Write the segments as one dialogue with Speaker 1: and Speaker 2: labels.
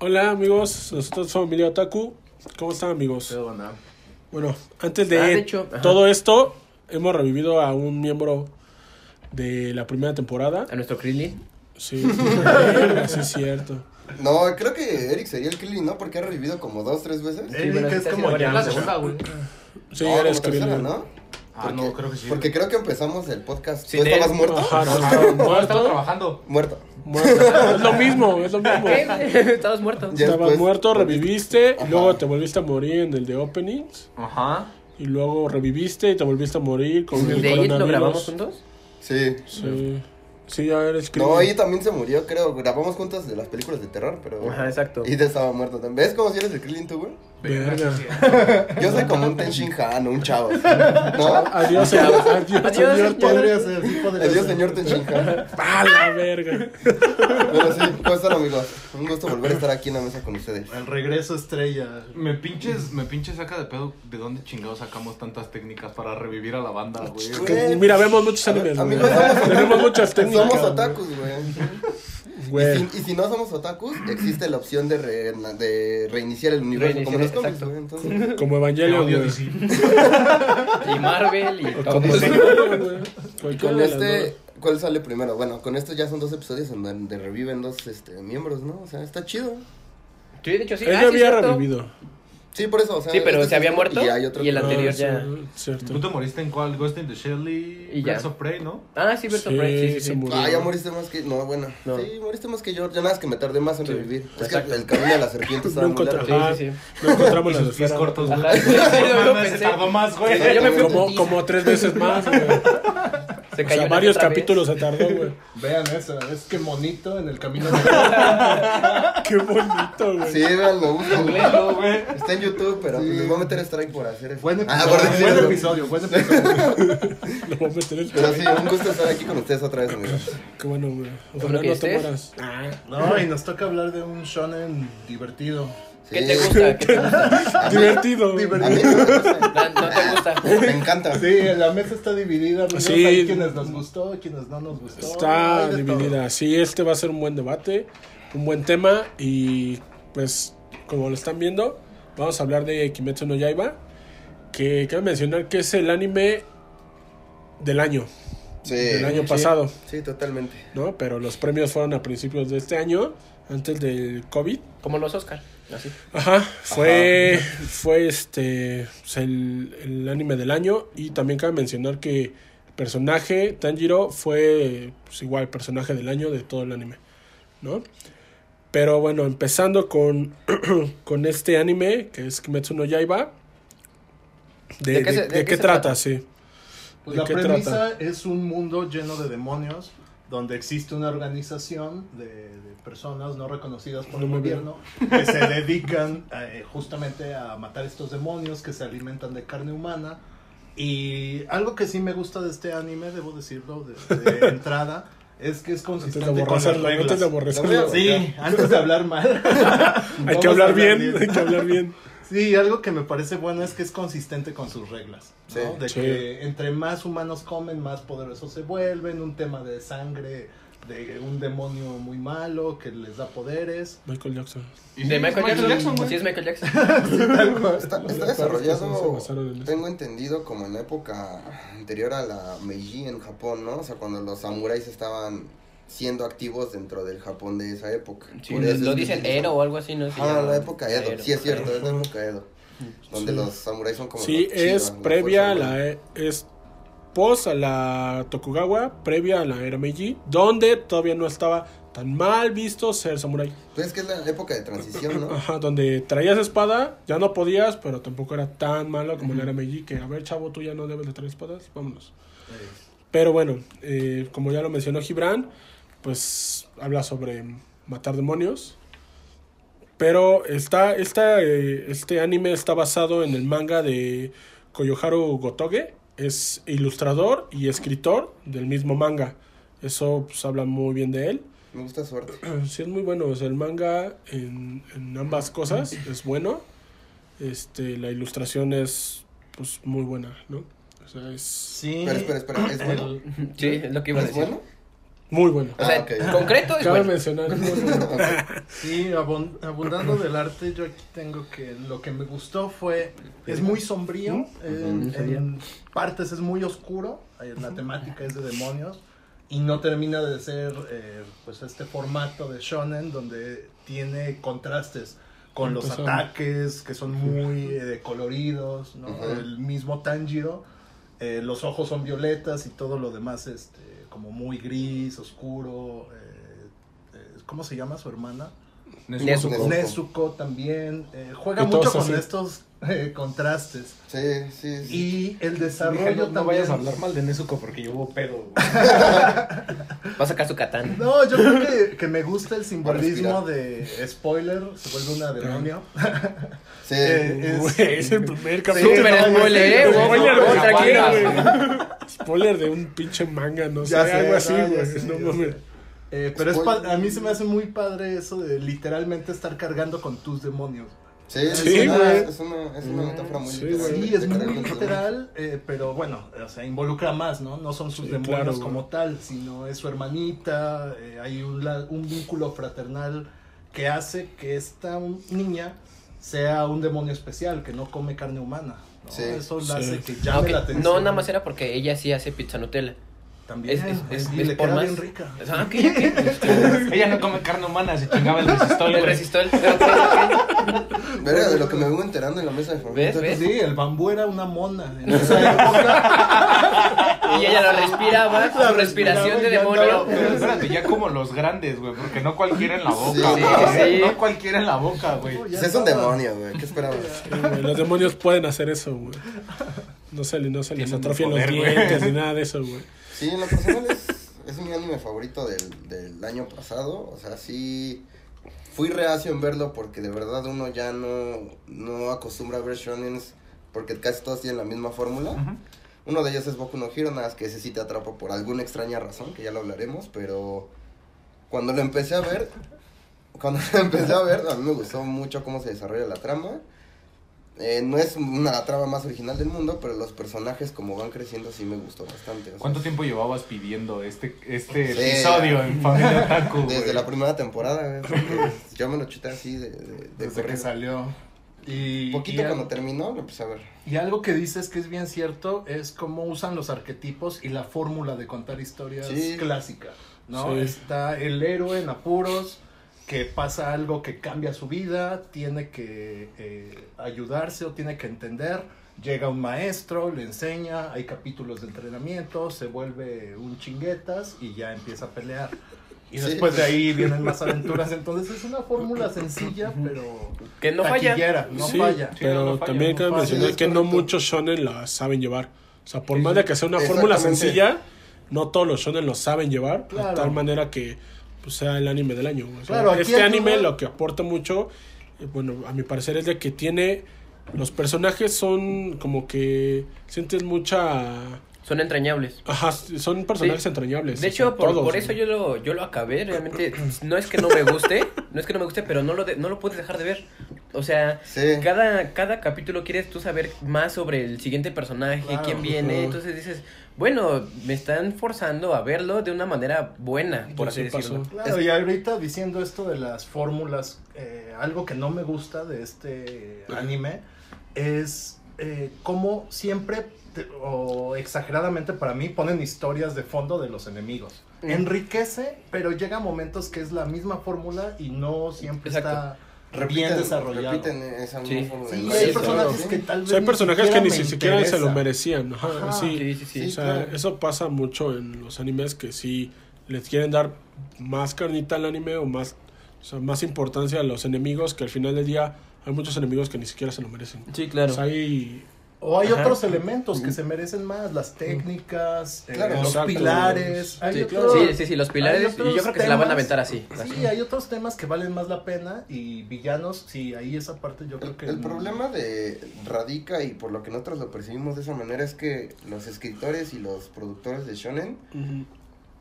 Speaker 1: Hola amigos, nosotros somos Emilio Otaku. ¿Cómo están amigos?
Speaker 2: Pero bueno,
Speaker 1: Bueno, antes
Speaker 2: Ah,
Speaker 1: de,
Speaker 2: de hecho, ajá.
Speaker 1: todo esto, hemos revivido a un miembro de la primera temporada.
Speaker 2: a nuestro Krillin.
Speaker 1: Sí, verga, sí es cierto.
Speaker 3: No, creo que Eric sería el Krillin, ¿no? Porque ha revivido como dos, tres veces.
Speaker 4: Eric
Speaker 2: bueno,
Speaker 4: es
Speaker 2: casi
Speaker 4: como
Speaker 2: varias.
Speaker 4: Yamcha.
Speaker 5: La segunda, güey.
Speaker 1: Sí,
Speaker 3: No,
Speaker 1: eres
Speaker 3: como tercera,
Speaker 1: Krillin.
Speaker 3: ¿no?
Speaker 5: Ah, no, creo que sí.
Speaker 3: Porque creo que empezamos el podcast.
Speaker 2: Sí,
Speaker 3: ¿Tú
Speaker 2: de-
Speaker 3: estabas muerto?
Speaker 1: Ajá, no,
Speaker 5: Ah,
Speaker 1: estaba
Speaker 5: no, estaba
Speaker 1: muerto,
Speaker 5: trabajando.
Speaker 3: Muerto.
Speaker 1: muerto. Es lo mismo, es lo mismo.
Speaker 2: Estabas muerto.
Speaker 3: Ya
Speaker 1: Estabas
Speaker 3: después-
Speaker 1: muerto, reviviste, y
Speaker 3: Ajá.
Speaker 1: luego te volviste a morir en el de openings,
Speaker 5: Ajá.
Speaker 1: y luego reviviste y te volviste a morir con el
Speaker 2: ¿El de Eric lo
Speaker 1: coronavirus.
Speaker 2: grabamos juntos?
Speaker 3: Sí.
Speaker 1: Sí, sí, ya eres Krillin.
Speaker 3: No, ella también se murió, creo. Grabamos juntas de las películas de terror, pero.
Speaker 2: Ajá, exacto.
Speaker 3: Y te estaba muerto también. ¿Ves cómo si eres el Krillin tú, güey?
Speaker 1: Verga.
Speaker 3: Yo soy como un Ten Shin Han o un chavo. ¿No?
Speaker 1: Adiós, señor. Adiós, señor.
Speaker 2: Adiós, señor.
Speaker 4: Podría ser, sí podría
Speaker 3: Adiós,
Speaker 4: ser.
Speaker 3: señor Ten Shin Han.
Speaker 1: ¡Ah, la verga!
Speaker 3: Pero sí, ¿cómo están, amigos? Un gusto volver a estar aquí en la mesa con ustedes.
Speaker 4: El regreso estrella.
Speaker 5: Me pinches, me pinches saca de pedo de dónde chingados sacamos tantas técnicas para revivir a la banda, güey.
Speaker 3: Güey.
Speaker 1: Que- Mira, vemos muchos
Speaker 3: A ver,
Speaker 1: animes. güey.
Speaker 3: amigos, somos
Speaker 1: Tenemos muchas técnicas.
Speaker 3: Somos
Speaker 1: güey.
Speaker 3: otakus, güey.
Speaker 1: Güey.
Speaker 4: Pues,
Speaker 3: Y si, y si no somos otakus, existe la opción de, re- de reiniciar el universo como en los
Speaker 2: Reiniciar,
Speaker 3: cómics, güey. Entonces,
Speaker 1: Como
Speaker 5: Te
Speaker 1: Evangelio,
Speaker 5: odio,
Speaker 1: güey.
Speaker 5: DC.
Speaker 2: Y Marvel y
Speaker 1: O
Speaker 2: todo.
Speaker 1: como Evangelion, güey. Cualquiera
Speaker 3: con
Speaker 1: de las
Speaker 3: este,
Speaker 1: dos.
Speaker 3: ¿cuál sale primero? Bueno, con esto ya son dos episodios en donde reviven dos este, miembros, ¿no? O sea, está chido.
Speaker 2: Sí, de hecho, sí.
Speaker 1: Él
Speaker 2: Ah,
Speaker 1: ya
Speaker 2: sí,
Speaker 1: había
Speaker 2: cierto.
Speaker 1: revivido.
Speaker 3: Sí, por eso, o sea.
Speaker 2: Sí, pero
Speaker 3: este
Speaker 2: se
Speaker 3: es
Speaker 2: había
Speaker 3: uno
Speaker 2: muerto
Speaker 3: Y hay otro
Speaker 2: y el
Speaker 3: que-
Speaker 2: anterior.
Speaker 1: Ah, sí,
Speaker 2: ya.
Speaker 1: Cierto.
Speaker 5: ¿Tú te moriste en cuál? Ghost in the Shell y,
Speaker 2: Y ya.
Speaker 5: Birds of Prey, ¿no?
Speaker 2: Ah, sí, Berto
Speaker 1: Sí,
Speaker 2: Frank, sí, sí,
Speaker 1: se
Speaker 2: sí.
Speaker 1: murió.
Speaker 3: Ah, ya moriste más que. No, bueno.
Speaker 2: No.
Speaker 3: Sí, moriste más que yo. Ya nada, es que me tardé más en revivir. Es
Speaker 2: Exacto.
Speaker 3: que el camino de la serpiente estaba
Speaker 1: No
Speaker 3: muy largo.
Speaker 2: Sí,
Speaker 1: encontramos.
Speaker 2: sí, sí.
Speaker 1: No encontramos la
Speaker 5: Sus pies
Speaker 1: esfera.
Speaker 5: cortos, güey.
Speaker 2: Ajá, sí, yo
Speaker 5: No
Speaker 2: lo
Speaker 5: mames,
Speaker 2: pensé.
Speaker 5: se tardó más, güey.
Speaker 2: Sí, yo me fui
Speaker 1: Como, como tres veces más, güey.
Speaker 2: Se
Speaker 1: O
Speaker 2: cayó
Speaker 1: sea,
Speaker 2: una
Speaker 1: varios
Speaker 2: que otra vez.
Speaker 1: capítulos se tardó, güey.
Speaker 4: Vean esa, es que monito en el camino de
Speaker 1: Qué bonito, güey.
Speaker 3: Sí, vean, lo busco.
Speaker 5: Claro, güey.
Speaker 3: Está en YouTube, pero pues, les voy a meter strike por hacer eso.
Speaker 4: Buen
Speaker 3: Ah,
Speaker 4: episodio,
Speaker 3: por
Speaker 4: buen
Speaker 3: decirlo.
Speaker 4: episodio, buen episodio.
Speaker 1: Lo voy a meter en- este,
Speaker 3: Pero sí, un gusto estar aquí con ustedes otra vez, amigos.
Speaker 1: Qué bueno, güey. Ojalá
Speaker 2: Bueno, que este
Speaker 1: no te
Speaker 2: estés.
Speaker 1: mueras.
Speaker 4: No, y nos toca hablar de un shonen divertido.
Speaker 2: ¿Qué
Speaker 3: Sí.
Speaker 2: te gusta? ¿Qué te gusta?
Speaker 1: Divertido. güey.
Speaker 3: A mí no me gusta.
Speaker 2: No, no te gusta.
Speaker 3: Me encanta.
Speaker 4: Sí, la mesa está dividida, amigos.
Speaker 1: Sí.
Speaker 4: Hay quienes nos gustó, quienes no nos gustó.
Speaker 1: Está
Speaker 4: hay de todo.
Speaker 1: dividida. Sí, este va a ser un buen debate, un buen tema y pues como lo están viendo, vamos a hablar de Kimetsu no Yaiba, que cabe mencionar que es el anime del año, del
Speaker 3: Sí.
Speaker 1: año pasado,
Speaker 3: Sí, totalmente.
Speaker 1: ¿no? Pero los premios fueron a principios de este año, antes del COVID.
Speaker 2: Como los Oscar. Así.
Speaker 1: Ajá, fue, fue este pues, el, el anime del año y también cabe mencionar que el personaje Tanjiro fue pues, igual personaje del año de todo el anime, ¿no? Pero bueno, empezando con, con este anime que es Kimetsu no Yaiba, ¿de,
Speaker 2: ¿De qué
Speaker 1: de-
Speaker 2: se-
Speaker 1: de
Speaker 2: de
Speaker 1: qué
Speaker 2: qué se
Speaker 1: trata?
Speaker 2: trata?
Speaker 1: Sí.
Speaker 4: Pues
Speaker 1: ¿De
Speaker 4: la
Speaker 1: qué
Speaker 4: premisa
Speaker 1: trata?
Speaker 4: es un mundo lleno de demonios donde existe una organización de, de personas no reconocidas por el
Speaker 1: No me veo.
Speaker 4: gobierno que se dedican eh, justamente a matar estos demonios que se alimentan de carne humana. Y algo que sí me gusta de este anime, debo decirlo de, de entrada, es que es
Speaker 1: Antes de
Speaker 4: consistente con las
Speaker 1: aborrecerlo, antes
Speaker 4: reglas.
Speaker 1: de aborrecerlo,
Speaker 3: Las reglas.
Speaker 4: Sí, antes de hablar mal.
Speaker 1: hay
Speaker 4: Vamos
Speaker 1: que
Speaker 4: a
Speaker 1: hablar bien, hay que hablar bien.
Speaker 4: Sí, algo que me parece bueno es que es consistente con sus reglas. ¿no?
Speaker 3: Sí.
Speaker 4: de
Speaker 1: Sí.
Speaker 4: que entre más humanos comen, más poderosos se vuelven. Un tema de sangre, de un demonio muy malo que les da poderes.
Speaker 1: Michael Jackson.
Speaker 5: Y
Speaker 2: De
Speaker 5: sí,
Speaker 2: Michael Jackson.
Speaker 5: güey.
Speaker 2: Sí, es Michael Jackson.
Speaker 3: Está, está
Speaker 1: Las palabras que se
Speaker 3: desarrollado,
Speaker 1: basaron en eso.
Speaker 3: tengo entendido, como en la época anterior a la Meiji en Japón, ¿no? O sea, cuando los samuráis estaban siendo activos dentro del Japón de esa época.
Speaker 2: Sí,
Speaker 3: Por eso es
Speaker 2: lo
Speaker 3: que
Speaker 2: dicen
Speaker 3: utilizan-
Speaker 2: Ero o algo así, ¿no? Se
Speaker 3: Ah,
Speaker 2: llama
Speaker 3: la época Edo, sí es cierto, es la época Edo. Donde
Speaker 1: Sí.
Speaker 3: los samuráis son como.
Speaker 1: Sí,
Speaker 3: los chidos,
Speaker 1: es
Speaker 3: la
Speaker 1: previa a
Speaker 3: fuerza, ¿no?
Speaker 1: la. e, Es post a la Tokugawa, previa a la era Meiji, donde todavía no estaba tan mal visto ser samurái.
Speaker 3: Pues es que es la época de transición, ¿no?
Speaker 1: Ajá, donde traías espada, ya no podías, pero tampoco era tan malo como la era Meiji, que a ver, chavo, tú ya no debes de traer espadas, vámonos. Pero bueno, eh, como ya lo mencionó Gibran, pues habla sobre matar demonios. Pero está, está, eh, este anime está basado en el manga de Koyoharu Gotoge. Es ilustrador y escritor del mismo manga. Eso pues, habla muy bien de él.
Speaker 3: Me gusta suerte.
Speaker 1: Sí, es muy bueno. O sea, el manga en, en ambas cosas es bueno. Este, la ilustración es pues muy buena, ¿no? O sea, es.
Speaker 4: Sí.
Speaker 3: Pero espera, espera, ¿es bueno?
Speaker 2: Sí, es lo que iba a
Speaker 3: ¿Es
Speaker 2: decir.
Speaker 3: bueno?
Speaker 1: Muy bueno.
Speaker 2: O sea,
Speaker 3: Ah, ok.
Speaker 2: en concreto es
Speaker 1: Cabe
Speaker 2: bueno.
Speaker 1: mencionar. muy bueno.
Speaker 4: Sí, abun- abundando del arte, yo aquí tengo que lo que me gustó fue, es muy sombrío, eh, en, en partes es muy oscuro, eh, la temática es de demonios y no termina de ser eh, pues este formato de shonen donde tiene contrastes con los
Speaker 1: Empezó.
Speaker 4: ataques que son muy eh, coloridos, ¿no?
Speaker 3: Ujú.
Speaker 4: el mismo Tanjiro, eh, los ojos son violetas y todo lo demás este como muy gris, oscuro. eh, eh, ¿Cómo se llama su hermana?
Speaker 2: Nezuko.
Speaker 3: Nezuko.
Speaker 4: Nezuko también eh, juega
Speaker 1: Y todos
Speaker 4: mucho con
Speaker 1: así.
Speaker 4: estos eh, contrastes
Speaker 3: Sí, sí, sí.
Speaker 4: y el
Speaker 6: Dije,
Speaker 4: desarrollo
Speaker 6: no,
Speaker 4: también.
Speaker 6: no vayas a hablar mal de Nezuko porque yo hubo pedo. güey.
Speaker 2: Va a sacar su katana.
Speaker 4: No, yo creo que, que me gusta el
Speaker 3: Va
Speaker 4: simbolismo de spoiler, se vuelve una demonio.
Speaker 3: Sí.
Speaker 4: Eh,
Speaker 1: Güey, es el primer capítulo.
Speaker 2: Súper
Speaker 4: no,
Speaker 2: spoiler,
Speaker 4: sí,
Speaker 2: eh.
Speaker 1: Spoiler
Speaker 2: Ojo,
Speaker 1: de
Speaker 2: otra
Speaker 1: cualquiera,
Speaker 2: quiera, güey.
Speaker 1: güey. Spoiler de un pinche manga, no sé,
Speaker 4: Ya sé,
Speaker 1: algo
Speaker 4: no,
Speaker 1: así,
Speaker 4: ya
Speaker 1: güey.
Speaker 4: sé,
Speaker 1: No
Speaker 4: ya
Speaker 1: mames.
Speaker 4: sé. Eh, pero es
Speaker 3: Spoiler.
Speaker 4: pa- a mí se me hace muy padre eso de literalmente estar cargando con tus demonios.
Speaker 3: Sí,
Speaker 1: Sí,
Speaker 3: es, una,
Speaker 1: güey.
Speaker 3: es, una, es una metáfora muy
Speaker 1: Sí,
Speaker 3: literal.
Speaker 1: güey.
Speaker 4: Sí,
Speaker 3: de
Speaker 4: es muy
Speaker 3: cargar con todo.
Speaker 4: literal, eh, pero bueno, o sea, involucra más, ¿no? No son sus
Speaker 1: Sí,
Speaker 4: demonios
Speaker 1: claro, güey.
Speaker 4: como tal, sino es su hermanita, eh, hay un, la- un vínculo fraternal que hace que esta un- niña sea un demonio especial, que no come carne humana. ¿no?
Speaker 3: Sí.
Speaker 4: Eso
Speaker 1: Sí.
Speaker 4: la hace que llame
Speaker 2: Aunque-
Speaker 4: la atención.
Speaker 2: no, nada más era porque ella sí hace pizza Nutella.
Speaker 4: También,
Speaker 2: Es, es, es,
Speaker 4: y
Speaker 2: es
Speaker 4: le
Speaker 2: por
Speaker 4: queda
Speaker 2: más.
Speaker 4: bien rica.
Speaker 2: Ah, ok, ok.
Speaker 6: Ella no come carne humana, se chingaba el resistol.
Speaker 2: El
Speaker 6: güey.
Speaker 2: resistol. Ok,
Speaker 3: Verga, de lo que me vengo enterando en la mesa de familia.
Speaker 2: ¿Ves?
Speaker 4: Sí, el bambú era una mona en esa época.
Speaker 2: ok. Y ella lo respiraba,
Speaker 4: La
Speaker 2: su respiración de
Speaker 4: respiraba y
Speaker 2: demonio.
Speaker 4: andaba-
Speaker 5: Pero espérate, ya como los grandes, güey, porque no cualquiera en la boca.
Speaker 3: Sí,
Speaker 5: güey.
Speaker 2: sí.
Speaker 5: No cualquiera en la boca, güey.
Speaker 4: Ya
Speaker 3: Pues es un
Speaker 4: estaba-
Speaker 3: demonio, güey. ¿Qué esperabas?
Speaker 1: Sí, güey, Los demonios pueden hacer eso, güey. No se, le- no se les
Speaker 5: Tienen
Speaker 1: atrofian los
Speaker 5: poder, güey.
Speaker 1: dientes ni nada de eso, güey.
Speaker 3: Sí, en lo personal es, es mi anime favorito del, del año pasado. O sea, sí. Fui reacio en verlo porque de verdad uno ya no, no acostumbra a ver shonens porque casi todos tienen la misma fórmula. Uno de ellos es Boku no Hero, nada más que ese sí te atrapa por alguna extraña razón, que ya lo hablaremos, pero cuando lo empecé a ver, cuando lo empecé a ver, a mí me gustó mucho cómo se desarrolla la trama. Eh, no es una trama más original del mundo, pero los personajes como van creciendo sí me gustó bastante. o sea,
Speaker 5: ¿Cuánto tiempo llevabas pidiendo este, este
Speaker 3: Sí.
Speaker 5: episodio en Familia Otaku, güey?
Speaker 3: Desde la primera temporada, güey, porque yo me lo chuté así de, de, de
Speaker 4: Desde que
Speaker 3: corrido.
Speaker 4: salió. Y,
Speaker 3: Poquito
Speaker 4: y-
Speaker 3: cuando terminó, lo empecé a ver.
Speaker 4: Y algo que dices que es bien cierto es cómo usan los arquetipos y la fórmula de contar historias
Speaker 3: Sí.
Speaker 4: clásica, ¿no?
Speaker 1: Sí.
Speaker 4: Está el héroe en apuros, que pasa algo que cambia su vida, tiene que eh, ayudarse o tiene que entender, llega un maestro, le enseña, hay capítulos de entrenamiento, se vuelve un chinguetas y ya empieza a pelear. Y
Speaker 3: Sí.
Speaker 4: después de ahí vienen más aventuras, entonces es una fórmula sencilla, pero
Speaker 2: Que no falla.
Speaker 4: taquillera, no
Speaker 1: Sí,
Speaker 4: falla.
Speaker 1: Pero
Speaker 5: no falla,
Speaker 1: también
Speaker 5: no
Speaker 1: cabe
Speaker 3: falla.
Speaker 1: mencionar
Speaker 3: Sí,
Speaker 1: que
Speaker 3: es
Speaker 1: no
Speaker 3: correcto.
Speaker 1: muchos shonen la saben llevar. O sea, por más de que sea una fórmula
Speaker 3: Exactamente.
Speaker 1: sencilla, no todos los shonen lo saben llevar. De
Speaker 4: Claro.
Speaker 1: tal manera que pues, sea el anime del año. güey. O sea,
Speaker 4: Claro, aquí
Speaker 1: este
Speaker 4: el
Speaker 1: anime
Speaker 4: tema-
Speaker 1: lo que aporta mucho, eh, bueno, a mi parecer es de que tiene... Los personajes son como que sientes mucha...
Speaker 2: Son entrañables.
Speaker 1: Ajá, son personajes
Speaker 2: Sí.
Speaker 1: entrañables. o
Speaker 2: De
Speaker 1: sea,
Speaker 2: hecho, por,
Speaker 1: todos,
Speaker 2: por eso
Speaker 1: güey.
Speaker 2: yo lo, yo lo acabé. Realmente, pues, no es que no me guste, no es que no me guste, pero no lo, de- no lo puedes dejar de ver. O sea,
Speaker 3: Sí.
Speaker 2: cada, cada capítulo quieres tú saber más sobre el siguiente personaje,
Speaker 4: Claro.
Speaker 2: quién viene.
Speaker 1: Ujú.
Speaker 2: Entonces dices, bueno, me están forzando a verlo de una manera buena, por
Speaker 1: Ya
Speaker 2: así
Speaker 1: se
Speaker 2: decirlo.
Speaker 1: pasó.
Speaker 4: Claro, y ahorita diciendo esto de las fórmulas, eh, algo que no me gusta de este anime es eh, cómo siempre, te- o exageradamente para mí, ponen historias de fondo de los enemigos.
Speaker 2: Mm.
Speaker 4: Enriquece, pero llega a momentos que es la misma fórmula y no siempre
Speaker 2: Exacto.
Speaker 4: está bien desarrollado.
Speaker 3: Repiten esa misma
Speaker 2: Sí.
Speaker 3: fórmula.
Speaker 4: Sí,
Speaker 3: en
Speaker 4: hay
Speaker 3: varios
Speaker 4: personajes
Speaker 3: lados,
Speaker 4: que
Speaker 3: ¿sí?
Speaker 4: tal
Speaker 1: O
Speaker 4: vez
Speaker 1: sea, hay personajes que ni
Speaker 4: me
Speaker 1: siquiera se lo
Speaker 4: interesa.
Speaker 1: merecían. Ajá,
Speaker 4: Ajá.
Speaker 1: sí.
Speaker 2: Sí, sí, sí.
Speaker 1: O
Speaker 3: Sí,
Speaker 1: sea,
Speaker 3: claro.
Speaker 1: eso pasa mucho en los animes que sí les quieren dar más carnita al anime o más, o sea, más importancia a los enemigos que al final del día hay muchos enemigos que ni siquiera se lo merecen. Pues
Speaker 2: Sí, claro.
Speaker 1: O sea, hay-
Speaker 4: O hay
Speaker 2: Ajá.
Speaker 4: otros elementos que se merecen más, las técnicas, eh,
Speaker 3: Claro,
Speaker 4: los
Speaker 1: exacto.
Speaker 4: pilares. Hay
Speaker 1: Sí,
Speaker 4: otros-
Speaker 1: claro.
Speaker 2: Sí, sí, sí, los
Speaker 4: Hay
Speaker 2: pilares.
Speaker 4: otros
Speaker 2: Y yo creo que se la van a
Speaker 4: temas-
Speaker 2: aventar así. así.
Speaker 4: Sí, hay otros temas que valen más la pena y villanos, sí, ahí esa parte yo creo que...
Speaker 3: El problema de radica y por lo que nosotros lo percibimos de esa manera es que los escritores y los productores de shonen
Speaker 1: Ujú.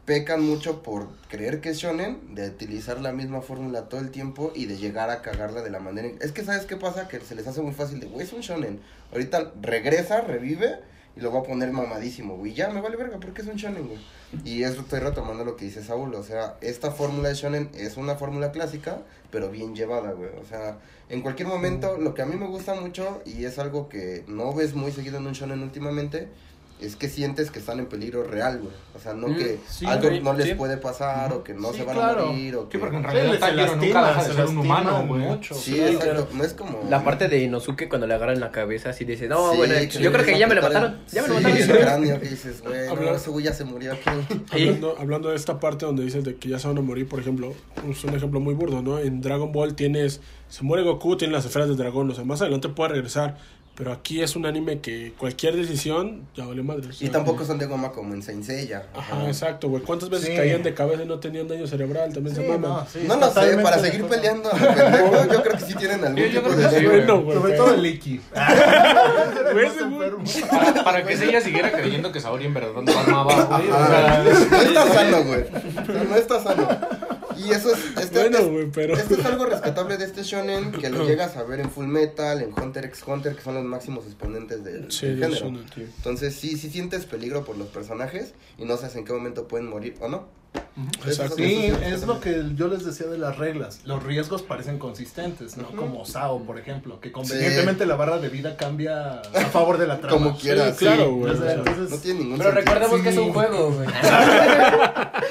Speaker 3: pecan mucho por creer que es shonen, de utilizar la misma fórmula todo el tiempo y de llegar a cagarla de la manera. en- Es que sabes qué pasa que se les hace muy fácil de, güey, es un shonen. Ahorita regresa, revive y lo voy a poner mamadísimo, güey. Ya me vale verga porque es un shonen, güey. Y eso estoy retomando lo que dice Saúl, o sea, esta fórmula de shonen es una fórmula clásica, pero bien llevada, güey. O sea, en cualquier momento, lo que a mí me gusta mucho y es algo que no ves muy seguido en un shonen últimamente, es que sientes que están en peligro real, güey. O sea, no
Speaker 2: Mm,
Speaker 3: que
Speaker 2: sí,
Speaker 3: algo
Speaker 2: güey,
Speaker 3: no les
Speaker 2: sí.
Speaker 3: puede pasar o que no
Speaker 4: Sí,
Speaker 3: se van
Speaker 4: claro.
Speaker 3: a morir o
Speaker 5: Sí,
Speaker 3: que...
Speaker 5: porque en
Speaker 4: Sí,
Speaker 5: realidad
Speaker 4: se
Speaker 5: Tanjiro nunca
Speaker 4: lastiman,
Speaker 5: deja de
Speaker 4: se
Speaker 5: ser un
Speaker 4: lastiman
Speaker 5: humano, güey.
Speaker 4: mucho.
Speaker 3: Sí,
Speaker 2: Sí,
Speaker 3: exacto.
Speaker 2: claro.
Speaker 3: No es como...
Speaker 2: La parte de Inosuke cuando le agarran la cabeza así dice, no,
Speaker 3: Sí,
Speaker 2: bueno,
Speaker 3: que
Speaker 2: yo creo que ya me lo
Speaker 3: empiezan a
Speaker 2: mataron, ya me lo
Speaker 3: picar el- sí, el
Speaker 2: mataron.
Speaker 3: cráneo que dices, güey, no,
Speaker 1: Hablar-
Speaker 3: ese güey ya se murió aquí.
Speaker 1: Hablando, hablando de esta parte donde dices de que ya se van a morir, por ejemplo, es un ejemplo muy burdo, ¿no? En Dragon Ball tienes, se muere Goku, tiene las esferas del dragón, o sea, más adelante puede regresar, pero aquí es un anime que cualquier decisión ya vale madre. o sea,
Speaker 3: Y tampoco son de goma como en Saint Seiya.
Speaker 1: Ajá, exacto, güey. ¿Cuántas veces
Speaker 4: Sí.
Speaker 1: caían de cabeza y no tenían daño cerebral? También
Speaker 4: Sí,
Speaker 1: se maman.
Speaker 4: no, sí,
Speaker 3: No lo sé,
Speaker 4: totalmente
Speaker 3: para
Speaker 4: de
Speaker 3: seguir
Speaker 4: acuerdo.
Speaker 3: peleando a lo pendejo, yo creo que sí tienen algún
Speaker 5: Yo- yo
Speaker 3: tipo
Speaker 5: creo que
Speaker 3: de
Speaker 5: sí,
Speaker 3: ley,
Speaker 5: güey.
Speaker 1: Bueno, güey.
Speaker 4: Sobre todo el Iki. Ah,
Speaker 1: Güey,
Speaker 4: Más
Speaker 1: ese güey.
Speaker 4: enfermo.
Speaker 5: Para, para que ella siguiera creyendo que Saori en verdad no amaba, güey. O
Speaker 3: Ajá.
Speaker 5: sea,
Speaker 3: Ah, No está sano, güey. O sea, No está sano. Y eso es... Este,
Speaker 1: Bueno,
Speaker 3: es-
Speaker 1: güey, pero...
Speaker 3: Esto es algo rescatable de este shonen que lo llegas a ver en Full Metal, en Hunter x Hunter, que son los máximos exponentes del,
Speaker 1: Sí,
Speaker 3: del
Speaker 1: del
Speaker 3: género.
Speaker 1: shonen, tío.
Speaker 3: Entonces, sí, sí sientes peligro por los personajes y no sabes en qué momento pueden morir o no.
Speaker 1: Exacto.
Speaker 3: Eso eso
Speaker 4: Sí,
Speaker 3: rescatable.
Speaker 4: es lo que yo les decía de las reglas. Los riesgos parecen consistentes, ¿no? Como Sao, por ejemplo, que convenientemente la barra de vida cambia a favor de la trama.
Speaker 3: Como quieras.
Speaker 1: Sí, claro, güey.
Speaker 4: Entonces,
Speaker 3: No
Speaker 4: entonces,
Speaker 3: tiene ningún
Speaker 2: Pero
Speaker 3: sentido.
Speaker 2: recordemos que es
Speaker 4: Sí.
Speaker 2: un juego, güey.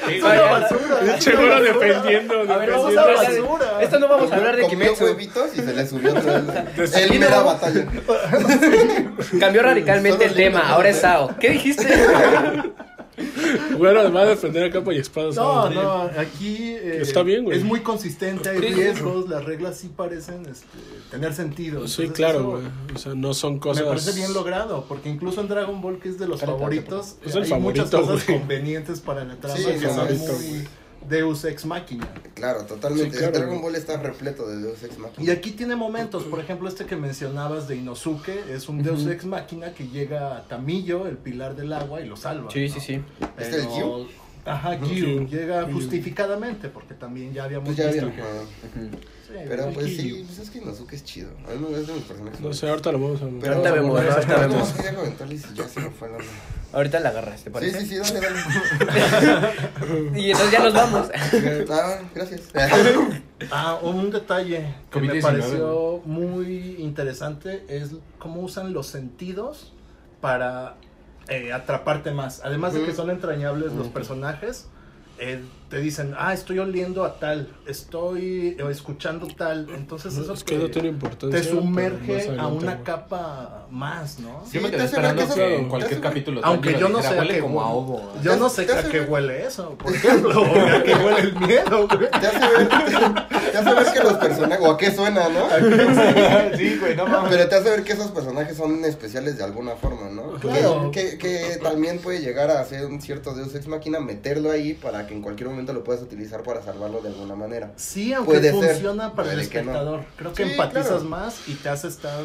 Speaker 4: es una basura.
Speaker 1: Pinche güero defendiendo,
Speaker 2: A ver, vamos
Speaker 1: defendiendo.
Speaker 2: a
Speaker 4: Haciendo
Speaker 2: hablar
Speaker 4: basura.
Speaker 2: de... Esto no vamos a hablar de
Speaker 3: Comió
Speaker 2: Kimetsu.
Speaker 3: huevitos y se le subió otra vez.
Speaker 1: De
Speaker 3: Él
Speaker 2: su-
Speaker 3: me da batalla.
Speaker 2: Cambió radicalmente el
Speaker 3: Solo lindo,
Speaker 2: tema,
Speaker 3: ¿no?
Speaker 2: ahora es Sao. ¿Qué dijiste?
Speaker 1: Güero va a defender a capa y espada.
Speaker 4: No,
Speaker 1: ¿sabes?
Speaker 4: no, aquí eh,
Speaker 1: Está bien, güey.
Speaker 4: es muy consistente, hay riesgos, las reglas sí parecen este, tener sentido.
Speaker 1: Sí,
Speaker 4: Entonces,
Speaker 1: claro,
Speaker 4: eso
Speaker 1: güey. O sea, no son
Speaker 4: Me
Speaker 1: cosas...
Speaker 4: parece bien logrado, porque incluso en Dragon Ball, que es de los
Speaker 2: Espérate,
Speaker 4: favoritos,
Speaker 1: Es el
Speaker 4: hay
Speaker 1: favorito,
Speaker 4: muchas cosas
Speaker 1: güey.
Speaker 4: convenientes para la trama
Speaker 3: Sí,
Speaker 4: que
Speaker 3: el
Speaker 4: son
Speaker 1: favorito,
Speaker 4: muy Deus Ex Machina.
Speaker 3: Claro, totalmente.
Speaker 1: Sí, claro,
Speaker 3: Dragon
Speaker 1: güey.
Speaker 3: Ball está repleto de Deus Ex Machina.
Speaker 4: Y aquí tiene momentos, por ejemplo, este que mencionabas de Inosuke, es un Deus Ex Machina que llega a Tamillo, el pilar del agua, y lo salva.
Speaker 2: Sí,
Speaker 4: ¿no?
Speaker 2: sí, sí.
Speaker 3: ¿Este ¿Es el
Speaker 4: Pero- Ajá, Gyu.
Speaker 1: Gyu.
Speaker 4: Llega
Speaker 1: Gyu.
Speaker 4: justificadamente, porque también ya habíamos
Speaker 3: Pues ya
Speaker 4: visto
Speaker 3: vieron.
Speaker 4: que...
Speaker 3: ajá.
Speaker 4: Sí,
Speaker 3: Pero
Speaker 4: el
Speaker 3: pues sí,
Speaker 4: Gyu.
Speaker 3: pues es que Inosuke es chido. A mí me es de mis personajes.
Speaker 1: No sé, ahorita lo vamos a...
Speaker 2: Ahorita
Speaker 3: Pero vamos a
Speaker 2: vemos,
Speaker 3: volver a
Speaker 2: ahorita
Speaker 3: hacer-
Speaker 2: vemos.
Speaker 3: Quería comentarles y ya se me fue la onda.
Speaker 2: Ahorita la agarras, ¿te
Speaker 3: Sí,
Speaker 2: parece?
Speaker 3: sí, sí, dale, dale.
Speaker 2: Y entonces ya nos vamos.
Speaker 3: Ah, bueno, gracias.
Speaker 4: Ah, un detalle que me
Speaker 5: COVID-19,
Speaker 4: pareció muy interesante es cómo usan los sentidos para eh, atraparte más. Además de que
Speaker 3: Ujú.
Speaker 4: son entrañables los personajes, eh, te dicen, ah, estoy oliendo a tal, estoy eh, escuchando tal. Entonces eso
Speaker 1: Es que
Speaker 4: te,
Speaker 1: no tiene importancia.
Speaker 4: te sumerge
Speaker 1: pero más
Speaker 4: a
Speaker 1: adelante,
Speaker 4: una
Speaker 1: güey.
Speaker 4: capa más, ¿no?
Speaker 3: Sí,
Speaker 5: yo me
Speaker 3: te
Speaker 5: quedé
Speaker 3: hace ver
Speaker 5: esperando
Speaker 3: que
Speaker 5: que,
Speaker 3: eso-
Speaker 5: en
Speaker 3: te
Speaker 5: cualquier
Speaker 3: hace ver-
Speaker 5: capítulo
Speaker 4: Aunque yo
Speaker 5: Tanjiro
Speaker 4: no
Speaker 5: dijera,
Speaker 4: sé a
Speaker 5: "Huele
Speaker 4: qué
Speaker 5: como a
Speaker 4: huele".
Speaker 5: ovo.
Speaker 1: ¿eh?
Speaker 5: güey.
Speaker 4: Yo no sé
Speaker 3: Te
Speaker 4: a
Speaker 3: hace
Speaker 4: qué
Speaker 3: ver-
Speaker 4: huele eso, por ejemplo, o a qué huele el miedo, güey.
Speaker 3: Te hace ver, te hace ver que los personajes, o a qué suena, ¿no?
Speaker 5: Sí, güey, no mames.
Speaker 3: Pero te hace ver que esos personajes son especiales de alguna forma, ¿no?
Speaker 4: Claro.
Speaker 3: Que, que, que también puede llegar a ser un cierto Deus Ex Máquina, meterlo ahí para que en cualquier momento lo puedas utilizar para salvarlo de alguna manera.
Speaker 4: Sí, aunque
Speaker 3: Puede ser,
Speaker 4: funciona para el
Speaker 3: puede que no.
Speaker 4: espectador. Creo que
Speaker 3: Sí,
Speaker 4: empatizas
Speaker 3: claro.
Speaker 4: más y te hace estar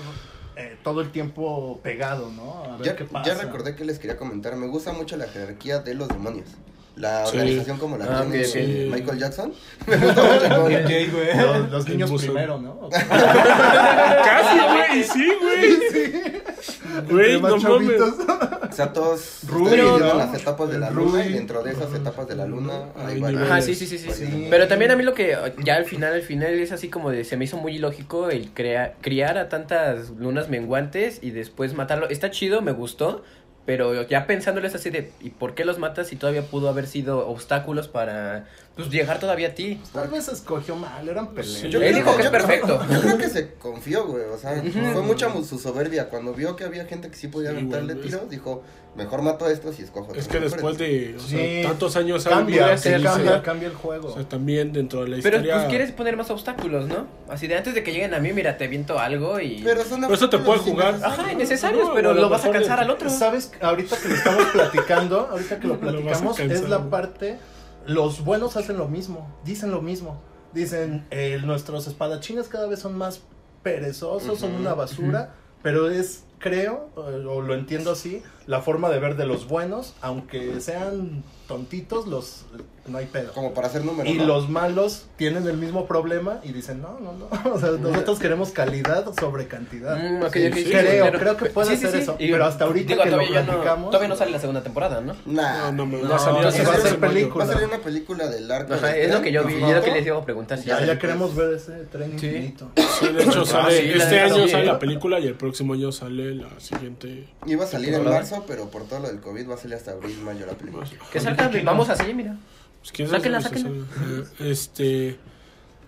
Speaker 4: eh, todo el tiempo pegado, ¿no? A ver
Speaker 3: Ya,
Speaker 4: qué pasa.
Speaker 3: ya recordé que les quería comentar, me gusta mucho la jerarquía de los demonios. La
Speaker 1: Sí.
Speaker 3: organización como la
Speaker 2: Ah, ok,
Speaker 3: tiene
Speaker 1: ok.
Speaker 3: Michael Jackson. Me gusta mucho cómo-
Speaker 5: Jay, güey.
Speaker 4: Los, los
Speaker 1: El
Speaker 4: niños
Speaker 1: buzo.
Speaker 4: primero, ¿no?
Speaker 1: Casi, güey, y sí, güey. Güey, no mames.
Speaker 3: O sea, todos
Speaker 4: Rubio,
Speaker 3: ustedes vivieron
Speaker 4: ¿no?
Speaker 3: las etapas de la
Speaker 4: El
Speaker 3: luna y
Speaker 4: Rubio.
Speaker 3: dentro de esas etapas de la luna
Speaker 1: Ay,
Speaker 3: hay varios. Pues,
Speaker 2: Ajá, sí, sí, sí, sí. sí.
Speaker 4: Sí.
Speaker 2: Pero también a mí lo que eh, ya al final, al final es así como de, se me hizo muy ilógico el crea- criar a tantas lunas menguantes y después matarlo. Está chido, me gustó, pero ya pensándolo es así de, ¿y por qué los matas si todavía pudo haber sido obstáculos para pues, llegar todavía a ti?
Speaker 4: Tal vez escogió mal, eran peleas.
Speaker 1: Pues Sí.
Speaker 3: Yo
Speaker 1: Él
Speaker 3: creo
Speaker 2: dijo que
Speaker 3: yo
Speaker 2: es
Speaker 3: creo-
Speaker 2: perfecto.
Speaker 3: Yo creo que se confió, güey. O sea, fue mucha mu- su soberbia. Cuando vio que había gente que sí podía
Speaker 1: Sí,
Speaker 3: aventarle
Speaker 1: güey, es-
Speaker 3: tiros, dijo, mejor mato a estos y escojo.
Speaker 1: Es
Speaker 3: otros
Speaker 1: que
Speaker 3: mejores".
Speaker 1: después de o sea,
Speaker 4: Sí.
Speaker 1: tantos años
Speaker 4: Cambia,
Speaker 1: algo,
Speaker 4: sí,
Speaker 1: sí,
Speaker 4: cambia,
Speaker 1: sí.
Speaker 4: cambia el juego.
Speaker 1: O sea, también dentro de la
Speaker 2: Pero
Speaker 1: historia.
Speaker 2: pues quieres poner más obstáculos, ¿no? Así de antes de que lleguen a mí, mira, te viento algo y...
Speaker 3: Pero son
Speaker 1: Pero eso te puede jugar.
Speaker 3: absolutamente innecesarios.
Speaker 2: Ajá, innecesarios,
Speaker 1: No,
Speaker 2: pero
Speaker 1: a lo
Speaker 2: lo vas a
Speaker 1: mejor
Speaker 2: cansar
Speaker 1: le-
Speaker 2: al otro.
Speaker 4: ¿Sabes? Ahorita que lo estamos platicando, ahorita que lo
Speaker 1: Lo vas a
Speaker 4: platicamos, es
Speaker 1: cansar,
Speaker 4: la
Speaker 1: güey.
Speaker 4: parte. Los buenos hacen lo mismo, dicen lo mismo. Dicen, eh, nuestros espadachines cada vez son más perezosos, son
Speaker 3: Ujú,
Speaker 4: una basura, pero es creo, eh, o lo entiendo así, la forma de ver de los buenos, aunque sean tontitos, los no hay pedo.
Speaker 3: Como para hacer números.
Speaker 4: Y
Speaker 3: ¿no?
Speaker 4: los malos tienen el mismo problema y dicen, no, no, no. O sea, nosotros queremos calidad sobre cantidad.
Speaker 2: Mm, ok,
Speaker 1: Sí,
Speaker 2: ok,
Speaker 1: sí,
Speaker 4: creo,
Speaker 2: claro.
Speaker 4: creo que puede
Speaker 2: Sí, sí,
Speaker 4: ser
Speaker 2: sí.
Speaker 4: eso,
Speaker 2: Y-
Speaker 4: pero hasta ahorita
Speaker 2: digo,
Speaker 4: que lo
Speaker 2: todavía no-
Speaker 4: platicamos-
Speaker 2: todavía no sale la segunda temporada, ¿no?
Speaker 3: Nah.
Speaker 1: No, no, me
Speaker 4: No,
Speaker 1: va a salir
Speaker 4: entonces
Speaker 1: así
Speaker 4: va a
Speaker 1: de
Speaker 4: ser
Speaker 1: ese mayo.
Speaker 4: película.
Speaker 3: Va a salir una película del arco.
Speaker 2: Ajá,
Speaker 3: del
Speaker 2: es
Speaker 3: tren,
Speaker 2: lo que yo vi,
Speaker 3: ¿no?
Speaker 2: es lo que les iba a preguntar. si
Speaker 4: eh, pues, Ya,
Speaker 2: sale.
Speaker 4: ya queremos ver ese tren
Speaker 2: Sí.
Speaker 4: infinito.
Speaker 1: Sí, de hecho, sale,
Speaker 2: Ah, sí, la
Speaker 1: este
Speaker 2: neta,
Speaker 1: año
Speaker 2: sí,
Speaker 1: sale
Speaker 2: ¿eh?
Speaker 1: la película y el próximo año sale la siguiente.
Speaker 3: Iba a salir en
Speaker 2: ¿Temporada?
Speaker 3: marzo, pero por todo lo del COVID va a salir hasta abril, mayo la película.
Speaker 2: Que salga, vamos así, mira.
Speaker 1: Pues, ¿quién sabe
Speaker 2: Sáquenla,
Speaker 1: si se
Speaker 2: sáquenla.
Speaker 1: sale? Ajá, Este,